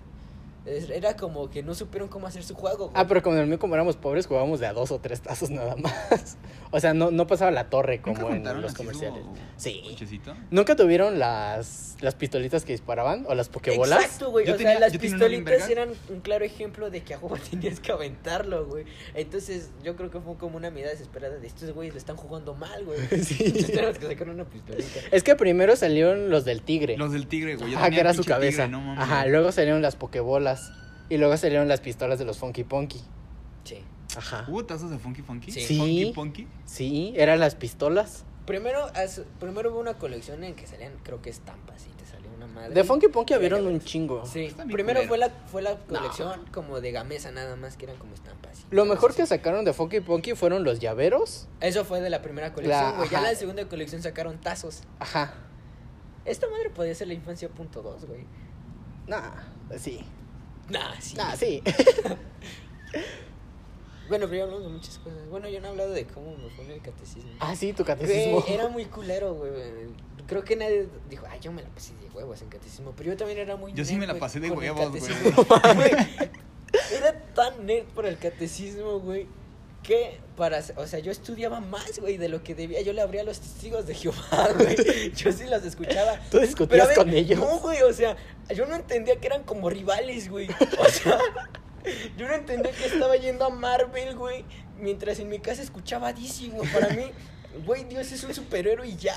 Es- Era como que no supieron cómo hacer su juego, güey. Ah, pero como en el mío, como éramos pobres, jugábamos de a dos o tres tazos nada más. O sea, no, no pasaba la torre ¿Nunca como en juntaron los así su comerciales. Sí. cochecito? ¿Nunca tuvieron las, las pistolitas que disparaban o las pokebolas? Exacto, güey. Yo O tenía- sea, las yo tenía una bien pistolitas verga. eran un claro ejemplo de que a huevo tenías que aventarlo, güey. Entonces, yo creo que fue como una mirada desesperada de estos güeyes le están jugando mal, güey. Sí. Entonces, tenemos que sacar una pistolita. Es que primero salieron los del tigre. Los del tigre, güey. Yo Ajá, tenía Ah, que era el su pinche tigre, cabeza. no mames. Ajá, luego salieron las pokebolas. Y luego salieron las pistolas de los Funky Punky. Sí. Ajá. Uh. ¿Hubo tazos de Funky Funky? Sí. Sí. Funky Punky. Sí, eran las pistolas. Primero, as- primero hubo una colección en que salían, creo que estampas, y te salió una madre. De Funky Punky Ya vieron ves. un chingo. Sí, Están bien primero fue la, culeros. fue la colección como de gamesa nada más, que eran como estampas. y Lo cosas mejor que así. sacaron de Funky Punky fueron los llaveros. Eso fue de la primera La- colección, güey. Ya ajá. la segunda colección sacaron tazos. Ajá. Esta madre podía ser la infancia punto dos, güey. Nah, sí. Nah, sí. Nah, sí. Bueno, pero ya hablamos de muchas cosas. Bueno, yo no he hablado de cómo me fue en el catecismo. ah, sí, tu Güey, catecismo. era muy culero, güey. Creo que nadie dijo, ah, yo me la pasé de huevos en catecismo. Pero yo también era muy Yo sí me nerd, la güey, pasé de con el huevos, güey. catecismo. Güey, Era tan nerd por el catecismo, güey. Que para. O sea, yo estudiaba más, güey, de lo que debía. Yo le abría a los testigos de Jehová, güey. Yo sí los escuchaba. Tú discutías a ver, con ellos. No, güey, o sea, yo no entendía que eran como rivales, güey. O sea, yo no entendía que estaba yendo a Marvel, güey, mientras en mi casa escuchaba a DC, güey. Para mí, güey, Dios es un superhéroe y ya.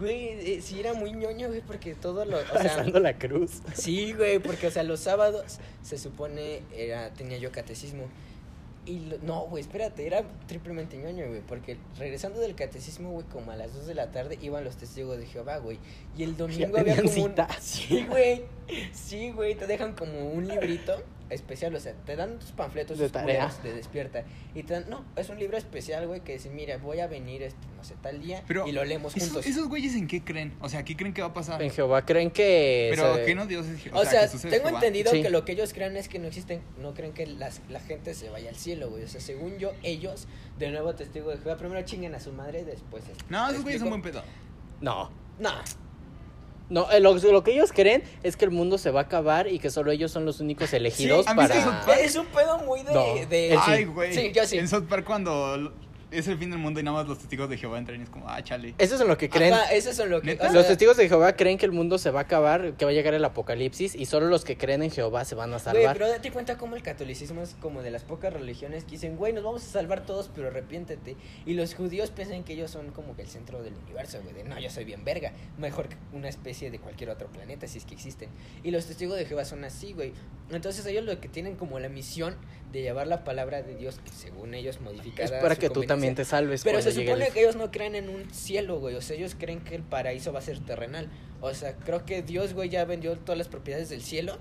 Güey, eh, sí era muy ñoño, güey, porque todo lo. O sea, Pasando la cruz. Sí, güey, porque, o sea, los sábados se supone era, tenía yo catecismo. Y lo- no, güey, espérate, era triplemente ñoño, güey, porque regresando del catecismo, güey, como a las 2 de la tarde iban los testigos de Jehová, güey. Y el domingo había tenían como un- cita. Sí, güey. Sí, güey, te dejan como un librito especial, o sea, te dan tus panfletos De oscuros tarea. de despierta y te dan, no, es un libro especial, güey, que dice, "Mira, voy a venir este no sé tal día Pero. y lo leemos ¿esos- juntos." ¿Esos güeyes en qué creen? O sea, ¿qué creen que va a pasar? En Jehová creen que. Pero, se- ¿qué no Dios es Je- O, sea, Jesús es tengo Jehová? entendido Sí. que lo que ellos crean es que no existen, no creen que las- la gente se vaya al cielo, güey. O sea, según yo, ellos, de nuevo testigo de Jehová, primero chinguen a su madre, después. No, esos güey güeyes son buen pedo. No. No, No, eh, lo, lo que ellos creen es que el mundo se va a acabar y que solo ellos son los únicos elegidos a mí para. se hizo- es un pedo muy de. Ah. No, de- Él Eh, sí. Ay, güey. Sí, yo sí. En South Park cuando es el fin del mundo y nada más los testigos de Jehová entran y es como, ah, chale. Eso es en lo que creen. Ajá, esos son lo que. ¿Neta? o Los sea, testigos de Jehová creen que el mundo se va a acabar, que va a llegar el apocalipsis y solo los que creen en Jehová se van a Güey, salvar. pero date cuenta cómo el catolicismo es como de las pocas religiones que dicen, güey, nos vamos a salvar todos, pero arrepiéntete. Y los judíos piensan que ellos son como que el centro del universo, güey, de no, yo soy bien verga, mejor que una especie de cualquier otro planeta, si es que existen. Y los testigos de Jehová son así, güey. Entonces ellos lo que tienen como la misión de llevar la palabra de Dios, que según ellos modificada. Es a para su que tú conveniencia, también te salves. pero cuando se llegue el- supone que ellos no creen en un cielo, güey. O sea, ellos creen que el paraíso va a ser terrenal. O sea, creo que Dios, güey, ya vendió todas las propiedades del cielo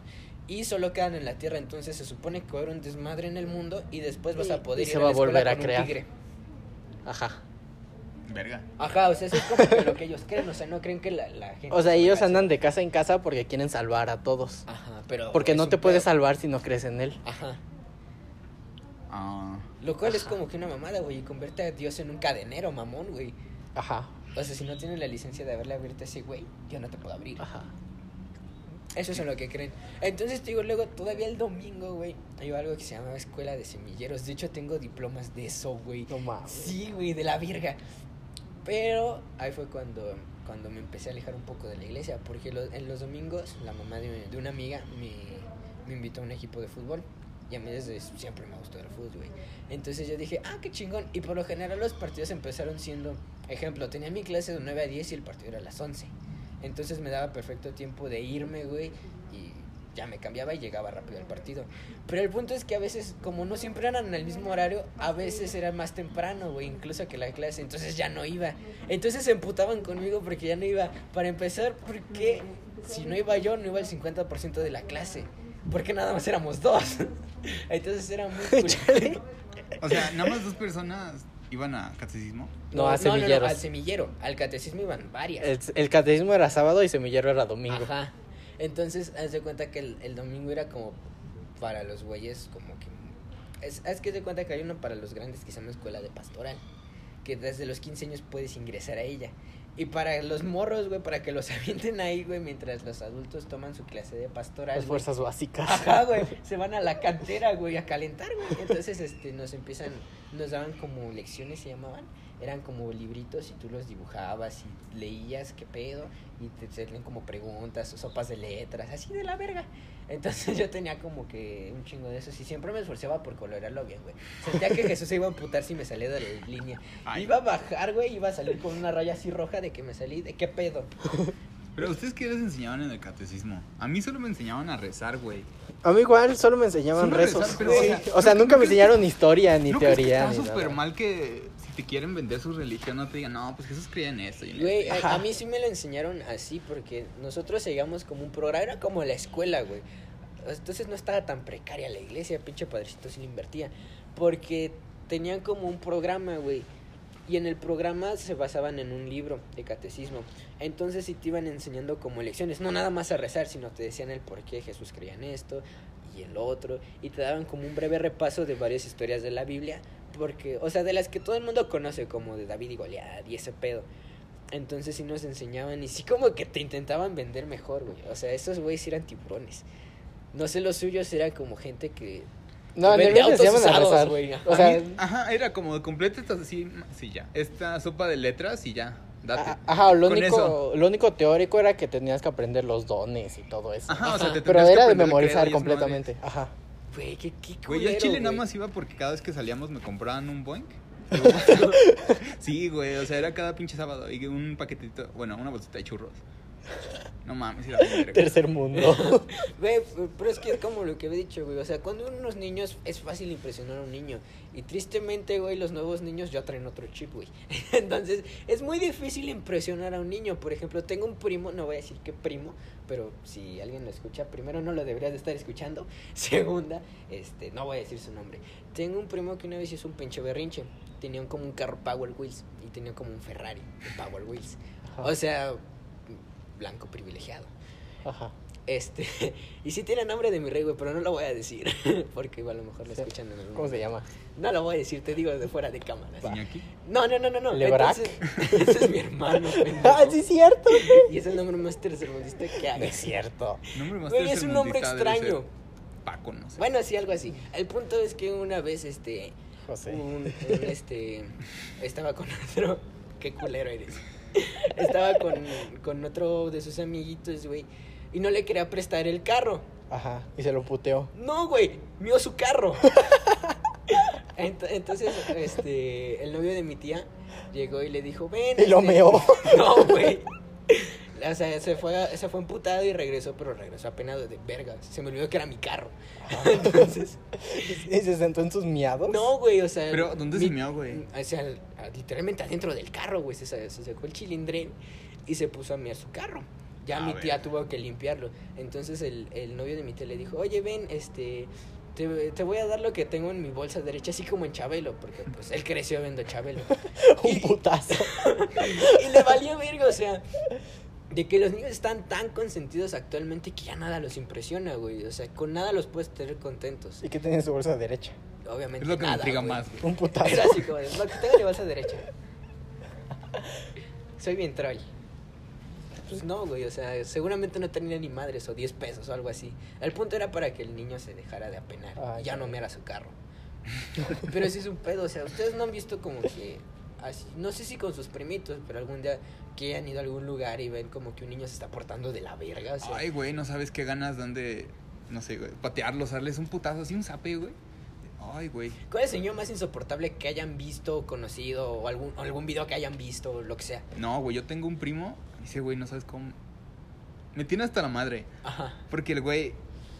y solo quedan en la tierra. Entonces se supone que va a haber un desmadre en el mundo y después vas Y- a poder y ir se a va la a escuela volver a con un crear. tigre. Ajá. Verga. Ajá, o sea, eso es como que lo que ellos creen. O sea, no creen que la, la gente. O sea, se ellos vaya a andan de casa en casa porque quieren salvar a todos. hacer- Ajá, pero. Porque Ah, es no un te puedes pedo. salvar si no crees en él. Ajá. Ah. Lo cual es como que una mamada, güey. Y convierte a Dios en un cadenero, mamón, güey. Ajá. O sea, si no tienes la licencia de haberle abierto a ese güey, yo no te puedo abrir. Ajá. Eso es en lo que creen. Entonces, te digo, luego, todavía el domingo, güey, hay algo que se llama Escuela de Semilleros. De hecho, tengo diplomas de eso, güey. No mames. Sí, güey, de la virga. Pero ahí fue cuando, cuando me empecé a alejar un poco de la iglesia. Porque lo- en los domingos, la mamá de, de una amiga me, me invitó a un equipo de fútbol. Y a mí desde siempre me gustó el fútbol, güey. Entonces yo dije, ah, qué chingón. Y por lo general los partidos empezaron siendo, ejemplo, tenía mi clase de 9 a 10 y el partido era a las 11. Entonces me daba perfecto tiempo de irme, güey, y ya me cambiaba y llegaba rápido al partido. Pero el punto es que a veces, como no siempre eran en el mismo horario, a veces era más temprano, güey, incluso que la clase, entonces ya no iba. Entonces se emputaban conmigo porque ya no iba. Para empezar, porque si no iba yo, no iba el 50% de la clase. Porque nada más éramos dos. Entonces era muy culero. O sea, nada más dos personas iban a catecismo. No, a semilleros. al semillero. Al catecismo iban varias. El, el catecismo era sábado y semillero era domingo. Ajá. Entonces, haz de cuenta que el, el domingo era como para los güeyes, como que. Es, es que haz de cuenta que hay uno para los grandes que se llama escuela de pastoral. Que desde los 15 años puedes ingresar a ella. Y para los morros, güey, para que los avienten ahí, güey, mientras los adultos toman su clase de pastoral. Las güey. fuerzas básicas. Ajá, güey. Se van a la cantera, güey, a calentar, güey. Entonces, este, nos empiezan, nos daban como lecciones, se llamaban. Eran como libritos y tú los dibujabas y leías qué pedo. Y te salían como preguntas o sopas de letras, así de la verga. Entonces yo tenía como que un chingo de esos y siempre me esforzaba por colorearlo bien, güey. Sentía que Jesús se iba a amputar si me salía de la línea. Ay. Iba a bajar, güey, iba a salir con una raya así roja de que me salí, de qué pedo. Pero ustedes qué les enseñaban en el catecismo? A mí solo me enseñaban a rezar, güey. A mí igual solo me enseñaban Solo rezos. rezar, pero, Sí. o sea, o sea, ¿no- nunca no me crees que- enseñaron historia ni ¿No crees que teoría. Está ni súper nada? mal que si te quieren vender su religión no te digan, no, pues Jesús creía en esto. Y en Güey, eh, esto". a, a mí sí me lo enseñaron así porque nosotros llegamos como un programa, era como la escuela, güey. Entonces no estaba tan precaria la iglesia, pinche padrecito sí le invertía. Porque tenían como un programa, güey. Y en el programa se basaban en un libro de catecismo. Entonces sí te iban enseñando como lecciones, no nada más a rezar, sino te decían el por qué Jesús creía en esto y el otro. Y te daban como un breve repaso de varias historias de la Biblia. Porque, o sea, de las que todo el mundo conoce, como de David y Goliat y ese pedo. Entonces sí nos enseñaban y sí como que te intentaban vender mejor, güey. O sea, esos güeyes eran tiburones. No sé, los suyos eran como gente que... No, en el Vende mío te autos enseñaban a usados, rezar. güey, ajá. O A sea, mí- ajá, era como completa esta, sí, sí, ya. Esta sopa de letras y ya, date. a- ajá, lo Con eso. único, lo único teórico era que tenías que aprender los dones y todo eso. Ajá, o sea, te Pero tendrías que era de aprender el credo memorizar y esas madres. completamente. Ajá. Güey, qué, qué culero, Güey, yo al Chile nada güey. más iba porque cada vez que salíamos me compraban un boink. sí, güey, o sea, era cada pinche sábado y un paquetito, bueno, una bolsita de churros. No mames, era bien verga. Tercer mundo. Güey, p- pero es que es como lo que he dicho, güey. O sea, cuando unos niños es fácil impresionar a un niño. Y tristemente, güey, los nuevos niños ya traen otro chip, güey. Entonces, es muy difícil impresionar a un niño. Por ejemplo, tengo un primo, no voy a decir qué primo, pero si alguien lo escucha, primero no lo deberías de estar escuchando. Segunda, este, no voy a decir su nombre. Tengo un primo que una vez hizo un pinche berrinche. Tenían como un carro Power Wheels y tenía como un Ferrari Power Wheels. Ajá. O sea, blanco privilegiado. Ajá. Este, y sí tiene nombre de mi rey, güey, pero no lo voy a decir. Porque igual a lo mejor lo escuchan en algún ¿Cómo se momento. llama? No lo voy a decir, te digo de fuera de cámara. sí. Iñaki. No, no, no, no, no. ¿Lebrac? Entonces, Ese es mi hermano, pendejo. Ah, sí, es cierto. Y es el nombre más tercermundista que No hay. es cierto. Nombre más Güey, es un nombre tercermundista debe extraño. ser Paco, no sé. Bueno, sí, algo así. El punto es que una vez, este, José. un, un, este estaba con otro qué culero eres estaba con, con otro de sus amiguitos güey y no le quería prestar el carro Ajá, y se lo puteó. no güey mío su carro Ent- entonces este el novio de mi tía llegó y le dijo ven Y lo este, meó. no güey o sea, se fue, se fue emputado y regresó, pero regresó apenas de verga. Se me olvidó que era mi carro. Entonces, ¿Y se sentó en sus miados? no, güey, o sea. Mm, Pero, ¿dónde se meó, güey? O sea, a- literalmente adentro del carro, güey. Se, sa- se sacó el chilindrén y se puso a mirar su carro. Ya A mi ver. tía tuvo que limpiarlo. Entonces el, el novio de mi tía le dijo, oye, ven, este. Te, te voy a dar lo que tengo en mi bolsa derecha, así como en Chabelo, porque pues él creció viendo Chabelo. Un putazo. y le valió verga, o sea, de que los niños están tan consentidos actualmente que ya nada los impresiona, güey. O sea, con nada los puedes tener contentos. ¿Y qué tenía en su bolsa derecha? Obviamente. Es lo que me nada, intriga güey. más, güey. Un Era putazo. así como, de, lo que tengo le vas a derecha. Soy bien troll. Pues no, güey, o sea, seguramente no tenía ni madres o 10 pesos o algo así. El punto era para que el niño se dejara de apenar Ah, y ya ya. no meara su carro. pero sí es un pedo, o sea, ustedes no han visto como que. Así, no sé si con sus primitos, pero algún día que han ido a algún lugar y ven como que un niño se está portando de la verga. O sea, Ay, güey, no sabes qué ganas dan de, no sé, güey, patearlos, darles un putazo así, un zape, güey. Ay, güey. ¿Cuál es el niño más insoportable que hayan visto, conocido, o algún, o algún video que hayan visto, o lo que sea? No, güey, yo tengo un primo. Dice, güey, no sabes cómo. Me tiene hasta la madre. Ajá. Porque el güey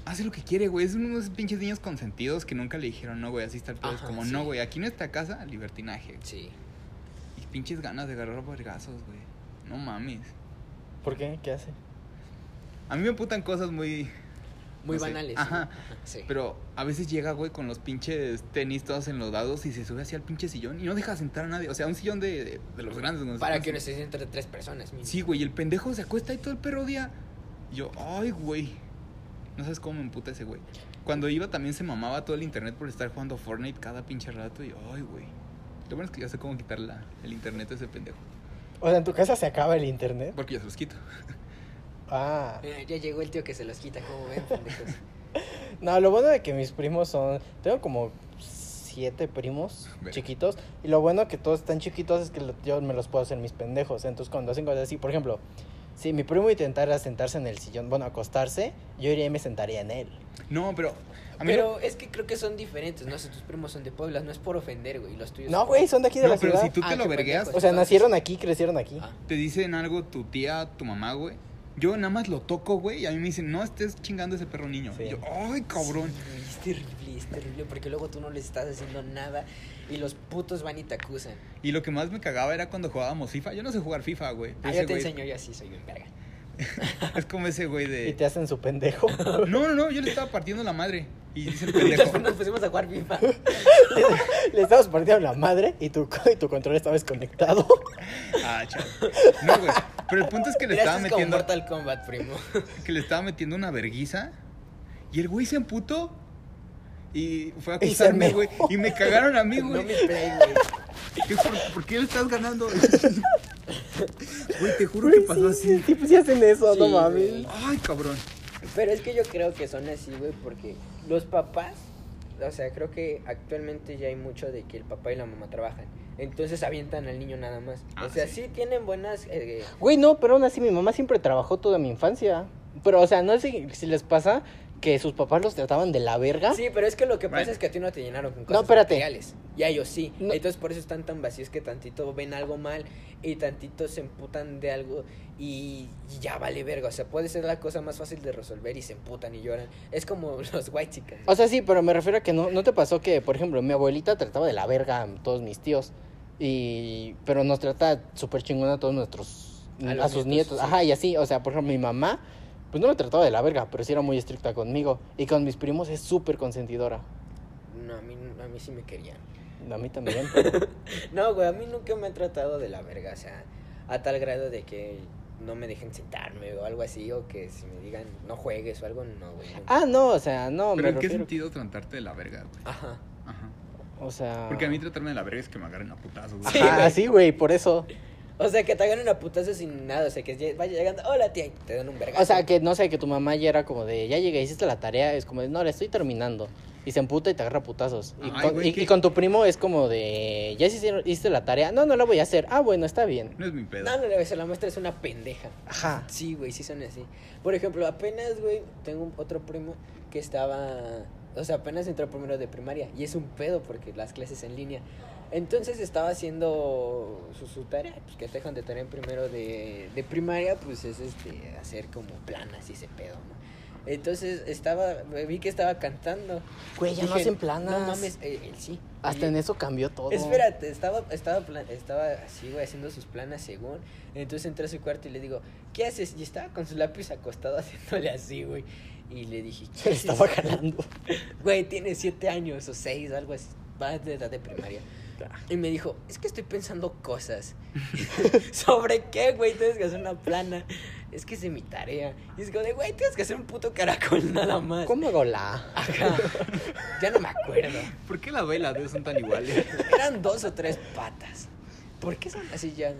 hace lo que quiere, güey. Es unos pinches niños consentidos que nunca le dijeron, no, güey, así está el pedo. Es Ajá, como, sí. no, güey, aquí en esta casa, libertinaje. güey. Sí. Y pinches ganas de agarrar vergazos, güey. No mames. ¿Por qué? ¿Qué hace? A mí me putan cosas muy. Muy no sé. banales. ¿no? Ajá. Sí. Pero a veces llega, güey, con los pinches tenis todos enlodados y se sube hacia el pinche sillón y no deja sentar a nadie. O sea, un sillón de, de, de los grandes. donde Para están que uno así. se siente entre tres personas. mínimo. pues, Sí, güey, el pendejo se acuesta y todo el perro día. Y yo, ay, güey. No sabes cómo me emputa ese güey. Cuando iba también se mamaba todo el internet por estar jugando Fortnite cada pinche rato. Y yo, ay, güey. Lo bueno es que ya sé cómo quitar la- el internet de ese pendejo. O sea, en tu casa se acaba el internet. Porque yo se los quito. Ah. Mira, ya llegó el tío que se los quita, como ven, pendejos. No, lo bueno de que mis primos son. Tengo como siete primos Verga. chiquitos. Y lo bueno que todos están chiquitos es que lo- yo me los puedo hacer mis pendejos. Entonces, cuando hacen cosas así, por ejemplo, si mi primo intentara sentarse en el sillón, bueno, acostarse, yo iría y me sentaría en él. No, pero. A mí Pero es que creo que son diferentes, no sé, tus primos son de Puebla, no es por ofender, güey, los tuyos. No, son- güey, son de aquí no, de no, la pero ciudad. si tú Ah, te lo qué vergueas, pendejo. O sea, nacieron aquí, crecieron aquí. Ah. te dicen algo tu tía, tu mamá, güey. Yo nada más lo toco, güey, y a mí me dicen, no estés chingando a ese perro niño. Sí. Y yo, ay, cabrón. Sí, Es terrible, es terrible, porque luego tú no les estás haciendo nada y los putos van y te acusan. Y lo que más me cagaba era cuando jugábamos FIFA. Yo no sé jugar FIFA, güey. Ah, Ese yo te güey- enseño, yo así soy bien verga. Es como ese güey Y de. te hacen su pendejo. No, no, no, yo le estaba partiendo la madre. Y dice el Entonces pendejo. nos pusimos a jugar FIFA. Le estabas partiendo la madre y tu, y tu control estaba desconectado. Ah, chao. No, güey. Pero el punto es que le Mira, estaba esto es como metiendo. Mortal Kombat, primo. Que le estaba metiendo una verguiza. Y el güey se emputó. Y fue a Y se acusarme, armó. güey. Y me cagaron a mí, No güey. me play, güey. ¿Qué- por, por qué le estás ganando? Güey, te juro que Güey, pasó sí, así. sí, pues, sí, sí hacen eso, Sí, no güey. mames. Ay, cabrón. Pero es que yo creo que son así, güey, porque los papás, o sea, creo que actualmente ya hay mucho de que el papá y la mamá trabajan. Entonces avientan al niño nada más. Ah, o sea, sí. sí, tienen buenas... eh, Güey, no, pero aún así mi mamá siempre trabajó toda mi infancia. Pero, o sea, no sé si- si les pasa que sus papás los trataban de la verga. Sí, pero es que lo que pasa Bueno. es que a ti no te llenaron con cosas ¿Ah? espérate. materiales. Y a ellos sí. No. Entonces por eso están tan vacíos que tantito ven algo mal y tantito se emputan de algo y, y ya vale verga. O sea, puede ser la cosa más fácil de resolver y se emputan y lloran. Es como los white chicas. O sea, sí, pero me refiero a que no, no te pasó que, por ejemplo, mi abuelita trataba de la verga a todos mis tíos. Y, pero nos trata súper chingón a todos nuestros, A a, los sus nietos, nietos. sí. Ajá, y así, o sea, por ejemplo, mi mamá, pues no me trataba de la verga, pero sí era muy estricta conmigo. Y con mis primos es súper consentidora. No, a mí, a mí sí me querían. A mí también. No, güey, a mí nunca me han tratado de la verga, o sea, a tal grado de que no me dejen sentarme o algo así, o que si me digan no juegues o algo, no, güey. nunca. ah, no, o sea, no, Pero me ¿en qué refiero- sentido tratarte de la verga, güey? Ajá. Ajá. O sea... Porque a mí tratarme de la verga es que me agarren a putazos, güey. Sí, Ah, güey. sí, güey, por eso. O sea, que te hagan una putazo sin nada, o sea, que lle- vaya llegando, hola tía, y te dan un verga. O sea, que no sé, que tu mamá ya era como de, ya llegué, hiciste la tarea, es como de, no, la estoy terminando. Y se emputa y te agarra a putazos. Y, Ay, con, güey, y- ¿qué? y con tu primo es como de, ¿ya hiciste, hiciste la tarea? No, no la voy a hacer. Ah, bueno, está bien. No es mi pedo. No, no, no, se la muestra es una pendeja. Ajá. Sí, güey, sí son así. Por ejemplo, apenas, güey, tengo un- otro primo que estaba. O sea, apenas entró primero de primaria. Y es un pedo porque las clases en línea. Entonces estaba haciendo su, su tarea. Pues que te dejan de tarea en primero de, de primaria, pues es este, hacer como planas y ese pedo, ¿no? Entonces estaba. Vi que estaba cantando. Güey, ya no Dije, hacen planas. No mames, eh, él sí. Hasta Y- en eso cambió todo. Espérate, estaba, estaba, plan- estaba así, güey, haciendo sus planas según. Entonces entré a su cuarto y le digo, ¿qué haces? Y estaba con su lápiz acostado haciéndole así, güey. Y le dije, Se ¿qué le haces? estaba jalando. Güey, tiene siete años o seis, algo así. Va de edad de primaria. Ah. Y me dijo, es que estoy pensando cosas. ¿Sobre qué, güey? Tienes que hacer una plana. Es que es de mi tarea. Y es como de, güey, tienes que hacer un puto caracol nada más. ¿Cómo hago la? Ajá. Ya no me acuerdo. ¿Por qué la B y la D son tan iguales? Eran dos o tres patas. ¿Por qué son así ya?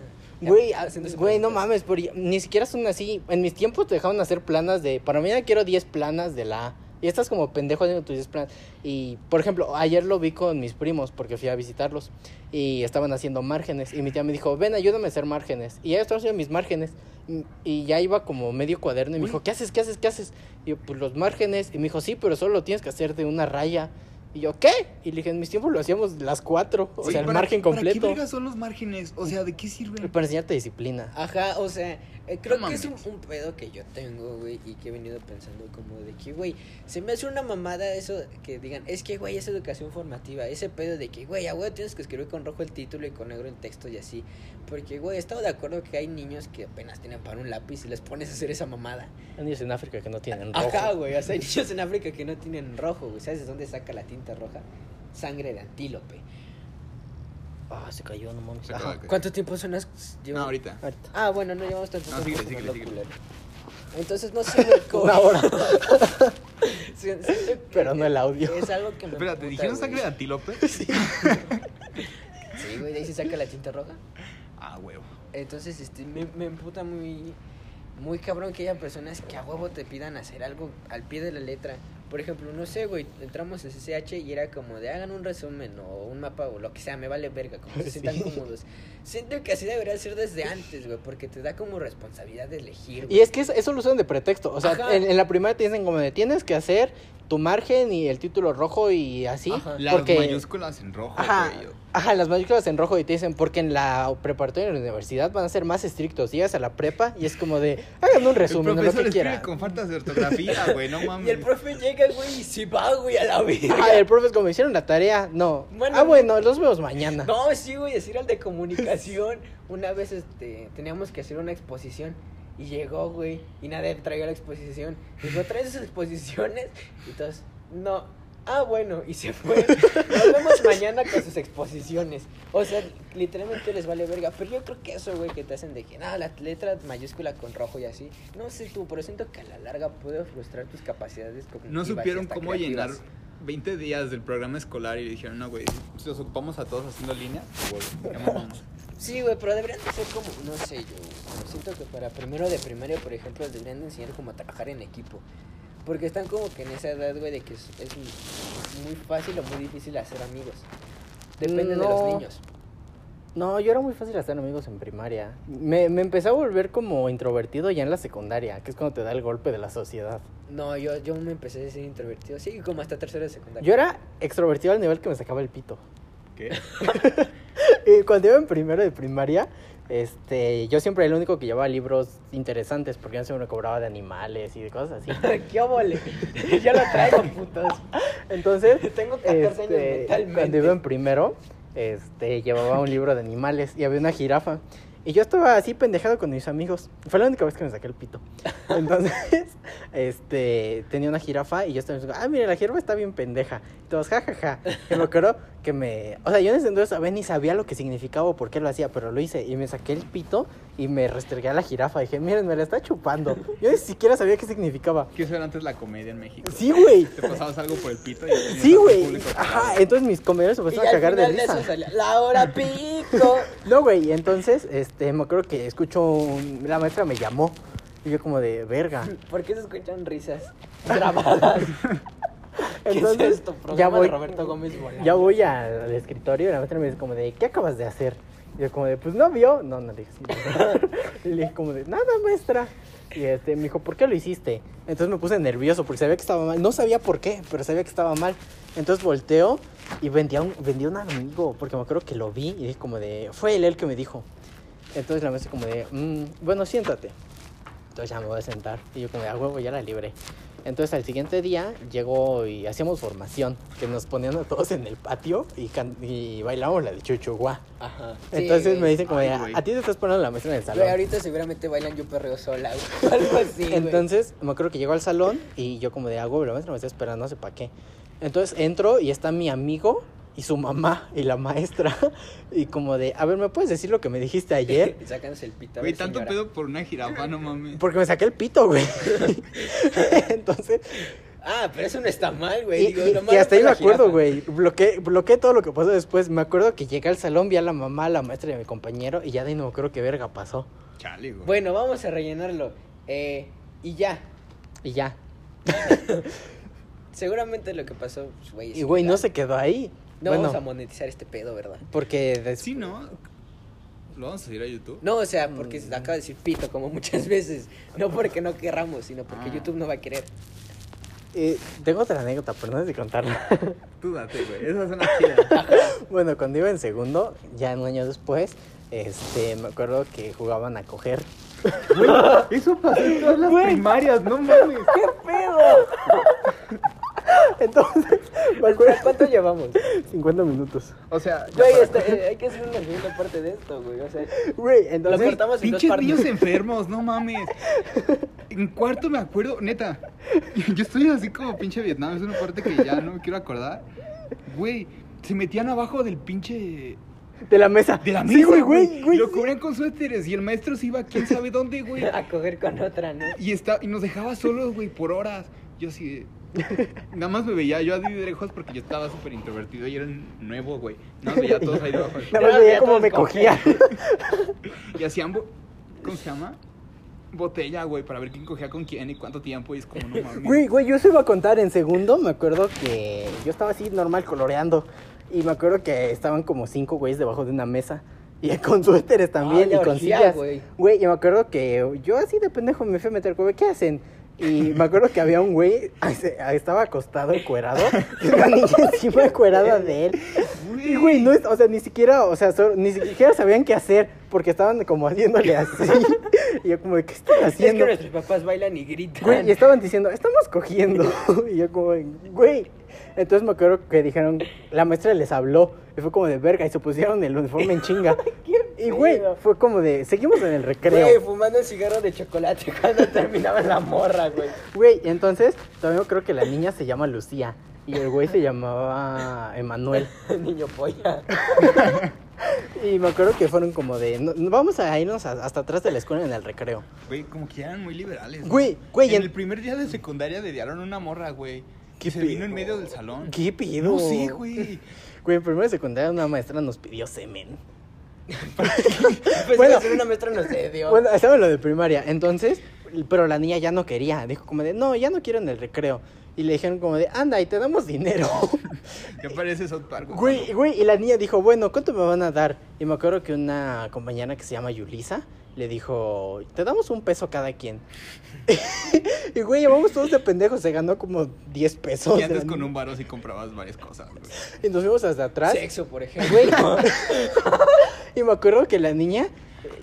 ya Güey, haciéndose güey, no preguntas? mames, pero ni siquiera son así. En mis tiempos te dejaban hacer planas de. Para mañana quiero 10 planas de la A. Y estás como pendejo haciendo tus 10 planas. Y, por ejemplo, ayer lo vi con mis primos porque fui a visitarlos. Y estaban haciendo márgenes. Y mi tía me dijo, ven, ayúdame a hacer márgenes. Y ya estaba haciendo mis márgenes. y- Y ya iba como medio cuaderno. Y me dijo, ¿qué haces? ¿Qué haces? ¿Qué haces? Y yo, pues los márgenes. Y me dijo, sí, pero solo lo tienes que hacer de una raya. Y yo, ¿qué? Y le dije, en mis tiempos lo hacíamos las cuatro. O sea, el margen completo. ¿Para qué vergas son los márgenes? O sea, ¿de qué sirven? Para enseñarte disciplina. Ajá, o sea, eh, creo No que es un, mames. un pedo que yo tengo, güey, y que he venido pensando como de que, güey, se me hace una mamada eso que digan, es que, güey, es educación formativa, ese pedo de que, güey, a huevo tienes que escribir con rojo el título y con negro el texto y así, porque, güey, he estado de acuerdo que hay niños que apenas tienen para un lápiz y les pones a hacer esa mamada. Hay niños en África que no tienen rojo. Ajá, güey, o sea, hay niños en África que no tienen rojo, güey, ¿sabes de dónde saca la tinta roja? Sangre de antílope. Ah, se cayó, no mames. Se acaba Ajá. de caer. ¿Cuánto tiempo sonas? No, ahorita. Ahorita. Ah, bueno, no llevamos tanto No, tiempo. síguele, jugando síguele, síguele. culero. Entonces no sé, güey, cómo- Una hora. Sí, sí, sí, Pero no el audio. Es algo que me. Espera, ¿te emputa, dijeron güey. sangre de antílope? Sí, güey, de ahí se saca la tinta roja. Ah, huevo. Entonces, este, me, me emputa muy. Muy cabrón que haya personas que a huevo te pidan hacer algo al pie de la letra. Por ejemplo, no sé, güey, entramos a CCH y era como de hagan un resumen o un mapa o lo que sea, me vale verga, como se sientan cómodos. Siento que así debería ser desde antes, güey, porque te da como responsabilidad de elegir. güey. Y es que eso- eso lo usan de pretexto. O sea, Ajá. en, en la primera te dicen como de tienes que hacer tu margen y el título rojo y así. Ajá. Las porque... mayúsculas en rojo, Ajá, güey. ajá, las mayúsculas en rojo y te dicen porque en la preparatoria y en la universidad van a ser más estrictos. Llegas a la prepa y es como de hagan un resumen, o el lo profesor que escribe quieran. con faltas de ortografía, güey, no mames. Y el profe llega, güey, y se va, güey, a la vida. Ah, el profe es como hicieron la tarea. No. Bueno, ah, bueno, los vemos mañana. No, sí, güey, decir al de comunicación. Una vez este, teníamos que hacer una exposición y llegó, güey, y nadie traía la exposición. Dijo, ¿traes esas exposiciones? Y todos, no. Ah, bueno, y se fue. Nos vemos mañana con sus exposiciones. O sea, literalmente les vale verga. Pero yo creo que eso, güey, que te hacen de que, nada, la letra mayúscula con rojo y así. No sé tú, pero siento que a la larga puede frustrar tus capacidades cognitivas. No y supieron hasta cómo creativas. llenar 20 días del programa escolar y le dijeron, no, güey, si los ocupamos a todos haciendo líneas, güey, ya mamamos". Sí, güey, pero deberían de ser como, no sé, yo como siento que para primero de primaria, por ejemplo, les deberían de enseñar como a trabajar en equipo. Porque están como que en esa edad, güey, de que es, es muy- muy fácil o muy difícil hacer amigos. Depende de No. los niños. No, yo era muy fácil hacer amigos en primaria. Me, me empecé a volver como introvertido ya en la secundaria, que es cuando te da el golpe de la sociedad. No, yo, yo me empecé a ser introvertido. Sí, como hasta tercero de secundaria. Yo era extrovertido al nivel que me sacaba el pito. ¿Qué? Y cuando iba en primero de primaria, este, yo siempre era el único que llevaba libros interesantes, porque yo siempre me cobraba de animales y de cosas así. ¡Qué óvole! yo lo traigo, putos. Entonces, Tengo 14 años este, mentalmente. Cuando iba en primero, este, llevaba un libro de animales y había una jirafa. Y yo estaba así pendejado con mis amigos. Fue la única vez que me saqué el pito. Entonces, este, tenía una jirafa y yo estaba diciendo, ah, mira, la jirafa está bien pendeja. Y todos, jajaja. Que lo creo que me. O sea, yo en ese entonces sabía ni sabía lo que significaba o por qué lo hacía, pero lo hice. Y me saqué el pito y me restregué a la jirafa. Dije, miren, me la está chupando. Yo ni siquiera sabía qué significaba. ¿Qué eso era antes la comedia en México? Sí, güey. Te pasabas algo por el pito y ya tenías Sí, algo güey. público. Ajá, entonces mis compañeros se Y empezaron a al cagar de final de risa. eso salió, ¡La hora pico! No, güey, entonces, este, me acuerdo que escucho un- la maestra me llamó y yo como de verga. ¿Por qué se escuchan risas grabadas? Entonces, ¿Qué es esto? Programa ya voy- de Roberto Gómez Bolaños. Ya voy al, al escritorio y la maestra me dice como de, ¿qué acabas de hacer? Y yo como de, pues no vio. No, no le dije. sí. le dije como de, nada maestra. Y este, me dijo, ¿por qué lo hiciste? Entonces me puse nervioso porque sabía que estaba mal. No sabía por qué, pero sabía que estaba mal. Entonces volteo y vendía un, vendía un amigo porque me acuerdo que lo vi y dije como de, fue él el que me dijo. Entonces la maestra como de, "Mm, bueno, siéntate. Entonces ya me voy a sentar. Y yo como de, a huevo, ya la libré. Entonces al siguiente día llegó y hacíamos formación, que nos ponían a todos en el patio y, can- y bailábamos la de Chuchuá. Ajá. Entonces me dice dicen como, Ay, de, güey. a ti te estás poniendo la maestra en el salón. Güey, ahorita seguramente bailan yo perreo sola, güey. o Algo así, güey. Entonces me acuerdo que llegó al salón y yo como de, a huevo, la maestra me está esperando, no sé para qué. Entonces entro y está mi amigo y su mamá y la maestra y como de, a ver, ¿me puedes decir lo que me dijiste ayer? Sácanos el pita. a Güey, ver, tanto señora. pedo por una jirafa, no mames. Porque me saqué el pito, güey. Entonces Ah, pero eso no está mal, Y, güey. Digo, y- lo y malo hasta fue ahí me la acuerdo, jirafa. güey. Bloqueé, bloqueé todo lo que pasó después. Me acuerdo que llegué al salón, vi a la mamá, a la maestra y a mi compañero. Y ya de ahí no me acuerdo qué verga pasó. Chale, güey. Bueno, vamos a rellenarlo. Eh, y ya. Y ya. Seguramente lo que pasó, pues, güey. es Y güey, no ilegal. se quedó ahí. No bueno, vamos a monetizar este pedo, ¿verdad? porque des- Sí, ¿no? ¿Lo vamos a subir a YouTube? No, o sea, porque Mm. se acaba de decir pito como muchas veces. No porque no querramos, sino porque Ah. YouTube no va a querer. eh, tengo otra anécdota, pero no sé si contarla. Tú date, güey. Esas son las chidas. bueno, cuando iba en segundo, ya un año después, este, me acuerdo que jugaban a coger. Eso pasó en todas las Güey. primarias, no mames. ¡Qué pedo! Entonces, me acuerdo. ¿Cuánto llevamos? 50 minutos. O sea, ya Güey, para- esta- eh, hay que hacer una segunda parte de esto, güey. O sea, Güey, Lo entonces. Güey, cortamos en dos pinches partes. niños enfermos, no mames. En cuarto me acuerdo, neta. Yo estoy así como pinche Vietnam, es una parte que ya no me quiero acordar. Güey, se metían abajo del pinche. De la mesa. De la Sí, mesa, güey, güey, güey. Lo sí. cubrían con suéteres y el maestro se iba quién sabe dónde, güey. a coger con otra, ¿no? Y, está, y nos dejaba solos, güey, por horas. Yo así de... Nada más me veía yo así de lejos porque yo estaba súper introvertido y era nuevo, güey. Nada más veía a todos ahí debajo. Nada más Ya, veía ya cómo todos me cogía. cogían. Y hacían... bo- ¿Cómo se llama? Botella, güey, para ver quién cogía con quién y cuánto tiempo. Y es como, no mames. Güey, güey, yo se iba a contar en segundo. Me acuerdo que yo estaba así normal coloreando. Y me acuerdo que estaban como cinco güeyes debajo de una mesa. Y con suéteres también Ay, y con orgía, sillas. güey. Güey, y me acuerdo que yo así de pendejo me fui a meter, güey, ¿qué hacen? Y me acuerdo que había un güey, se- estaba acostado, encuerado, y una niña encima encuerada de él. Y güey, no es, o sea, ni siquiera, o sea, solo- ni siquiera sabían qué hacer, porque estaban como haciéndole así. Y yo como, de, ¿qué están Es que haciendo? nuestros papás bailan y gritan. Güey, y estaban diciendo, estamos cogiendo. Y yo como, de, güey. Entonces me acuerdo que dijeron, la maestra les habló. Y fue como de verga. Y se pusieron el uniforme en chinga. Y güey, pedo. fue como de, seguimos en el Güey, recreo. fumando el cigarro de chocolate cuando terminaba la morra, güey. Güey, y entonces también creo que la niña se llama Lucía. Y el güey se llamaba Emanuel. Niño polla. Y me acuerdo que fueron como de, "No- no, vamos a irnos a- hasta atrás de la escuela en el recreo. Güey, como que eran muy liberales. ¿no? Güey, güey, En en- el primer día de secundaria dediaron una morra, güey. ¿Qué Que se vino en pedo? medio del salón. ¿Qué pido? Ah. No sé, güey. Güey, en primero de secundaria una maestra nos pidió semen. Bueno. Pues bueno, una maestra nos dio. Bueno, estaba en lo de primaria, entonces, pero la niña ya no quería, dijo como de, no, ya no quiero en el recreo. Y le dijeron como de, anda, y te damos dinero. Ya parece South Park, güey, güey, y la niña dijo, bueno, ¿cuánto me van a dar? Y me acuerdo que una compañera que se llama Yulisa le dijo, te damos un peso cada quien. y güey, llevamos todos de pendejos, se ganó como 10 pesos. Y de antes la con niña. un varo sí comprabas varias cosas, güey. Y nos fuimos hasta atrás. Sexo, por ejemplo. Güey. y me acuerdo que la niña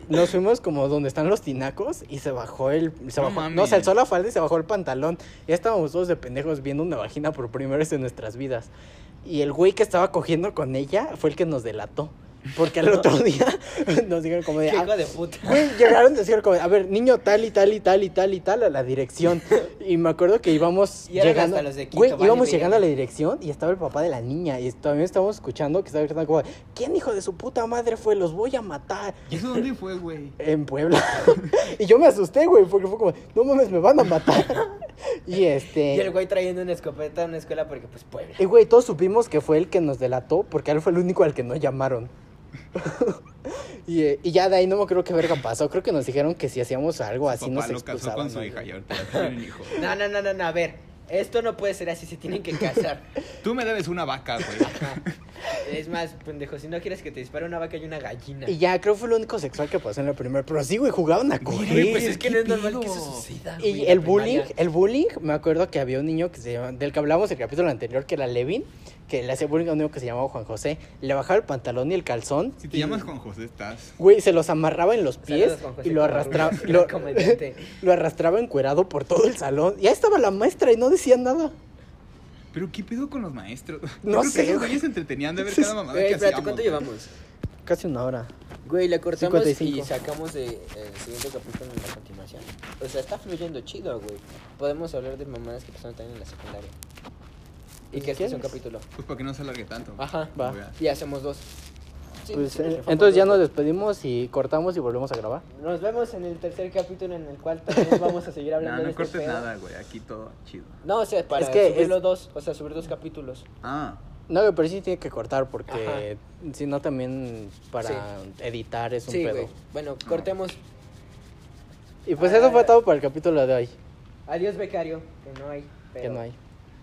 nos fuimos como donde están los tinacos y se bajó el se No bajó- no, mames. se alzó la falda y se bajó el pantalón. Ya estábamos todos de pendejos viendo una vagina por primera vez en nuestras vidas. Y el güey que estaba cogiendo con ella fue el que nos delató. Porque al otro día nos dijeron como de... Qué "Ah, hijo de puta. Güey, llegaron a decir como, a ver, niño tal y tal y tal y tal y tal a la dirección. Y me acuerdo que íbamos Y eran llegando. hasta los de Quito, güey, vale, íbamos verga. llegando a la dirección y estaba el papá de la niña. Y también estábamos escuchando que estaba gritando como, ¿quién hijo de su puta madre fue? Los voy a matar. ¿Y eso dónde fue, güey? En Puebla. y yo me asusté, güey, porque fue como, no mames, me van a matar. y este. Y el güey trayendo una escopeta a una escuela porque, pues, Puebla. Y güey, todos supimos que fue el que nos delató porque él fue el único al que no llamaron. y, eh, y ya de ahí no me creo que verga pasó. Creo que nos dijeron que si hacíamos algo así Papá nos lo casó expulsaban. con su güey. hija y ahorita ya tienen hijo. No, no, no, no, no, a ver. Esto no puede ser así, se tienen que casar. Tú me debes una vaca, güey. Ajá. Es más, pendejo, si no quieres que te dispare una vaca y una gallina. Y ya, creo que fue lo único sexual que pasó en la primera. Pero sí, güey, jugaban a Güey, correr. pues es que ¿qué no es normal pedo? que eso suceda. güey, Y en el la bullying, primaria. el bullying, me acuerdo que había un niño que se llama, del que hablamos el capítulo anterior, que era Levin, que le hacía bullying a un niño que se llamaba Juan José, le bajaba el pantalón y el calzón. Si te y- llamas Juan José, estás. Güey, se los amarraba en los pies Saludos, Juan José y lo Covarrubias, arrastraba, gran lo, comediante. lo arrastraba encuerado por todo el salón. Y ahí estaba la maestra y no decía nada. Pero qué pedo con los maestros. No Yo creo sé, Que esos güey. güeyes se entretenían de ver cada mamada Güey, que Eh, espérate, hacíamos. ¿cuánto llevamos? Casi una hora. Güey, la cortamos 55. y sacamos de, el siguiente capítulo en la continuación. O sea, está fluyendo chido, güey. Podemos hablar de mamadas que pasaron también en la secundaria. Y Si que este es un quieres. capítulo. Pues para que no se alargue tanto. Ajá, va. Güey. Y hacemos dos. Sí, Pues, sí, eh, nos rifamos entonces ya dos. nos despedimos y cortamos y volvemos a grabar. Nos vemos en el tercer capítulo en el cual también vamos a seguir No, hablando de no este cortes pedo. nada, güey. Aquí todo chido. No, o sea, para Es que subirlo es- dos, o sea, subir dos capítulos. Ah, No, pero sí tiene que cortar porque si no también para editar es un Sí, pedo. güey. Bueno, cortemos. Y pues eso fue Ah. todo para el capítulo de hoy. Adiós, becario. Que no hay. Que pero no hay.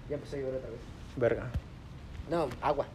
Ya empezó a llorar otra vez. Verga. No, agua.